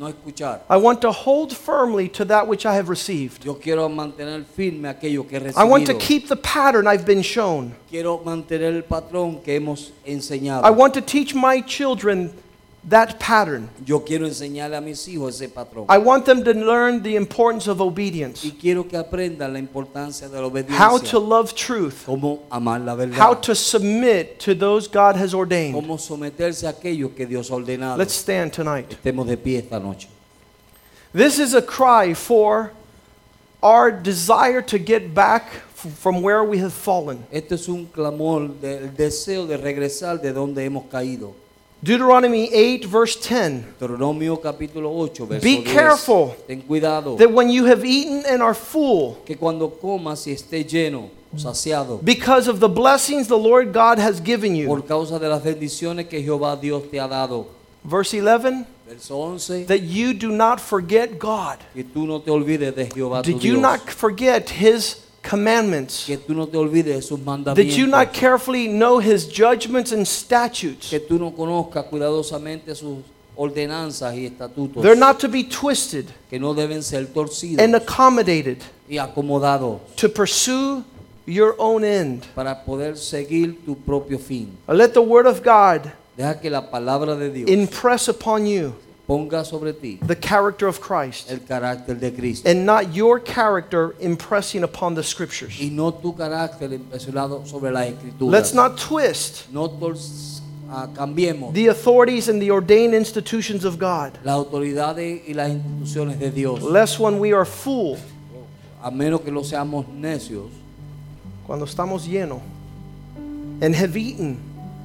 Speaker 3: No escuchar.
Speaker 4: I want to hold firmly to that which I have received.
Speaker 3: Yo quiero mantener firme aquello que he
Speaker 4: I want to
Speaker 3: recibido.
Speaker 4: keep the pattern I've been shown.
Speaker 3: Quiero mantener el patrón que hemos
Speaker 4: I
Speaker 3: enseñado.
Speaker 4: want to teach my children that pattern.
Speaker 3: Yo quiero enseñarle a mis hijos ese patrón.
Speaker 4: I want them to learn the importance of obedience,
Speaker 3: Y quiero que aprendan la importancia de la
Speaker 4: how to
Speaker 3: obediencia.
Speaker 4: love truth,
Speaker 3: Cómo amar la
Speaker 4: how
Speaker 3: verdad.
Speaker 4: to submit to those God has ordained.
Speaker 3: cómo someterse a aquello que Dios ha ordenado.
Speaker 4: Let's stand tonight.
Speaker 3: Estemos de pie esta noche.
Speaker 4: This is a cry for our desire to get back f- from where we have fallen.
Speaker 3: Este es un clamor del deseo de regresar de donde hemos caído.
Speaker 4: Deuteronomy 8, verse 10
Speaker 3: Deuteronomio capítulo 8, verso
Speaker 4: Be
Speaker 3: 10.
Speaker 4: careful.
Speaker 3: Ten cuidado
Speaker 4: that when you have eaten and are full,
Speaker 3: que cuando comas y estés lleno, saciado,
Speaker 4: because of the blessings the Lord God has given you.
Speaker 3: por causa de las bendiciones que Jehová Dios te ha dado.
Speaker 4: Verse 11,
Speaker 3: Verso 11.
Speaker 4: that you do not forget God.
Speaker 3: Que tú no te olvides de Jehová tu
Speaker 4: Did you
Speaker 3: Dios.
Speaker 4: not forget his commandments?
Speaker 3: Que tú no te olvides de sus
Speaker 4: Did you not
Speaker 3: mandamientos.
Speaker 4: carefully know his judgments and statutes?
Speaker 3: Que tú no conozcas cuidadosamente sus ordenanzas y estatutos.
Speaker 4: They're not to be twisted
Speaker 3: que no deben ser torcidos
Speaker 4: and accommodated
Speaker 3: y acomodados
Speaker 4: to pursue your own end. Uh,
Speaker 3: para poder seguir tu propio fin.
Speaker 4: Let the word of God
Speaker 3: Deja que la palabra de Dios
Speaker 4: impress upon you
Speaker 3: ponga sobre ti
Speaker 4: the character of Christ
Speaker 3: el carácter de Cristo
Speaker 4: and not your character impressing upon the scriptures.
Speaker 3: y no tu carácter impresionado sobre las escrituras.
Speaker 4: Let's not twist
Speaker 3: no tor- ah, cambiemos
Speaker 4: the authorities and the ordained institutions of God,
Speaker 3: las autoridades y las instituciones de Dios,
Speaker 4: lest when we are full,
Speaker 3: a menos que no seamos necios.
Speaker 4: cuando estamos lleno, and have eaten,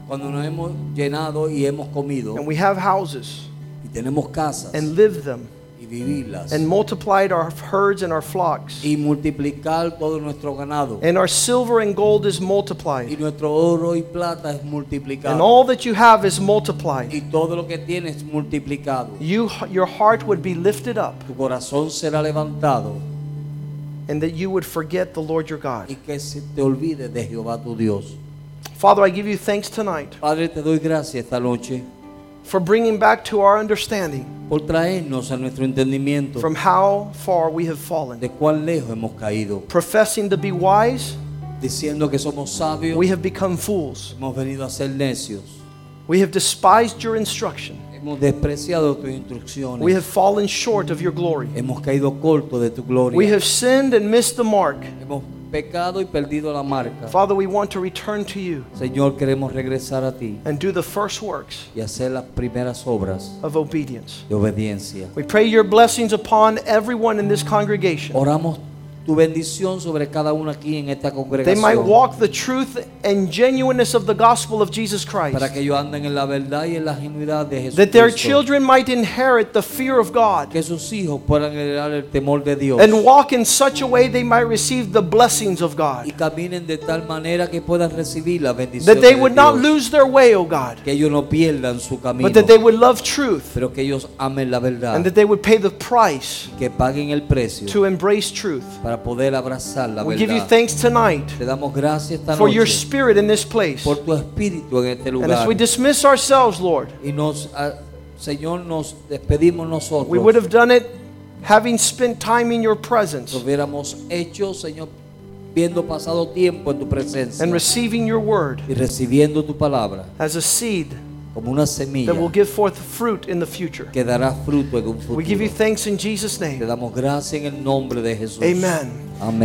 Speaker 3: Cuando nos hemos llenado y hemos comido
Speaker 4: and we have houses,
Speaker 3: y tenemos casas
Speaker 4: and live them.
Speaker 3: y vivirlas
Speaker 4: and multiplied our herds and our flocks,
Speaker 3: y multiplicar todo nuestro ganado
Speaker 4: and our silver and gold is
Speaker 3: y
Speaker 4: multiplied,
Speaker 3: nuestro oro y plata es
Speaker 4: and
Speaker 3: multiplicado
Speaker 4: all that you have is multiplied.
Speaker 3: y todo lo que tienes es multiplicado
Speaker 4: You, your heart would be lifted up,
Speaker 3: tu corazón será levantado
Speaker 4: and that you would forget the Lord your
Speaker 3: y
Speaker 4: God.
Speaker 3: que se te olvide de Jehová tu Dios
Speaker 4: Father, I give you thanks tonight
Speaker 3: Padre te doy gracias esta noche
Speaker 4: for bringing back to our understanding
Speaker 3: por traernos a nuestro entendimiento
Speaker 4: from how far we have fallen.
Speaker 3: de cuán lejos hemos caído
Speaker 4: Professing to be wise,
Speaker 3: diciendo que somos sabios
Speaker 4: we have become fools.
Speaker 3: hemos venido a ser necios
Speaker 4: We have despised your instruction.
Speaker 3: hemos despreciado tus
Speaker 4: We
Speaker 3: instrucciones
Speaker 4: have fallen short of your glory.
Speaker 3: hemos caído corto de tu gloria
Speaker 4: We have sinned and missed the mark.
Speaker 3: hemos pecado y perdido la marca
Speaker 4: Father, we want to return to you.
Speaker 3: Señor queremos regresar a ti
Speaker 4: and do the first works
Speaker 3: y hacer las primeras obras
Speaker 4: of obedience.
Speaker 3: de obediencia
Speaker 4: We pray your blessings upon everyone in this congregation.
Speaker 3: Oramos tu bendición sobre cada uno aquí en esta
Speaker 4: They might
Speaker 3: congregación.
Speaker 4: walk the truth and genuineness of the gospel of Jesus
Speaker 3: Para
Speaker 4: Christ.
Speaker 3: que ellos anden en la verdad y en la genuidad de
Speaker 4: That their
Speaker 3: Jesús.
Speaker 4: children might inherit the fear of God
Speaker 3: Que sus hijos puedan heredar el temor de Dios.
Speaker 4: and walk in such a way they might receive the blessings of
Speaker 3: Y
Speaker 4: God.
Speaker 3: caminen de tal manera que puedan recibir la bendición
Speaker 4: That they
Speaker 3: de
Speaker 4: would not
Speaker 3: Dios.
Speaker 4: lose their way, O God,
Speaker 3: Que ellos no pierdan su camino.
Speaker 4: but that they would love truth
Speaker 3: Pero que ellos amen la verdad.
Speaker 4: and that they would pay the price
Speaker 3: Que paguen el precio
Speaker 4: to embrace truth.
Speaker 3: para poder abrazar la
Speaker 4: We give you
Speaker 3: verdad.
Speaker 4: thanks tonight
Speaker 3: Te damos gracias esta
Speaker 4: for your
Speaker 3: noche
Speaker 4: spirit in this place.
Speaker 3: por tu espíritu en este
Speaker 4: And as
Speaker 3: lugar.
Speaker 4: we dismiss ourselves, Lord,
Speaker 3: Y nos, ah, Señor, nos despedimos nosotros.
Speaker 4: we would have done it having spent time in your presence
Speaker 3: Lo hubiéramos hecho, Señor, viendo pasado tiempo en tu presencia
Speaker 4: and receiving your word
Speaker 3: y recibiendo tu palabra
Speaker 4: as a seed
Speaker 3: como una semilla
Speaker 4: that will give forth fruit in the future.
Speaker 3: que dará fruto en un futuro.
Speaker 4: We give you thanks in Jesus'
Speaker 3: Te
Speaker 4: name.
Speaker 3: damos gracias en el nombre de Jesús.
Speaker 4: Amen.
Speaker 3: Amén.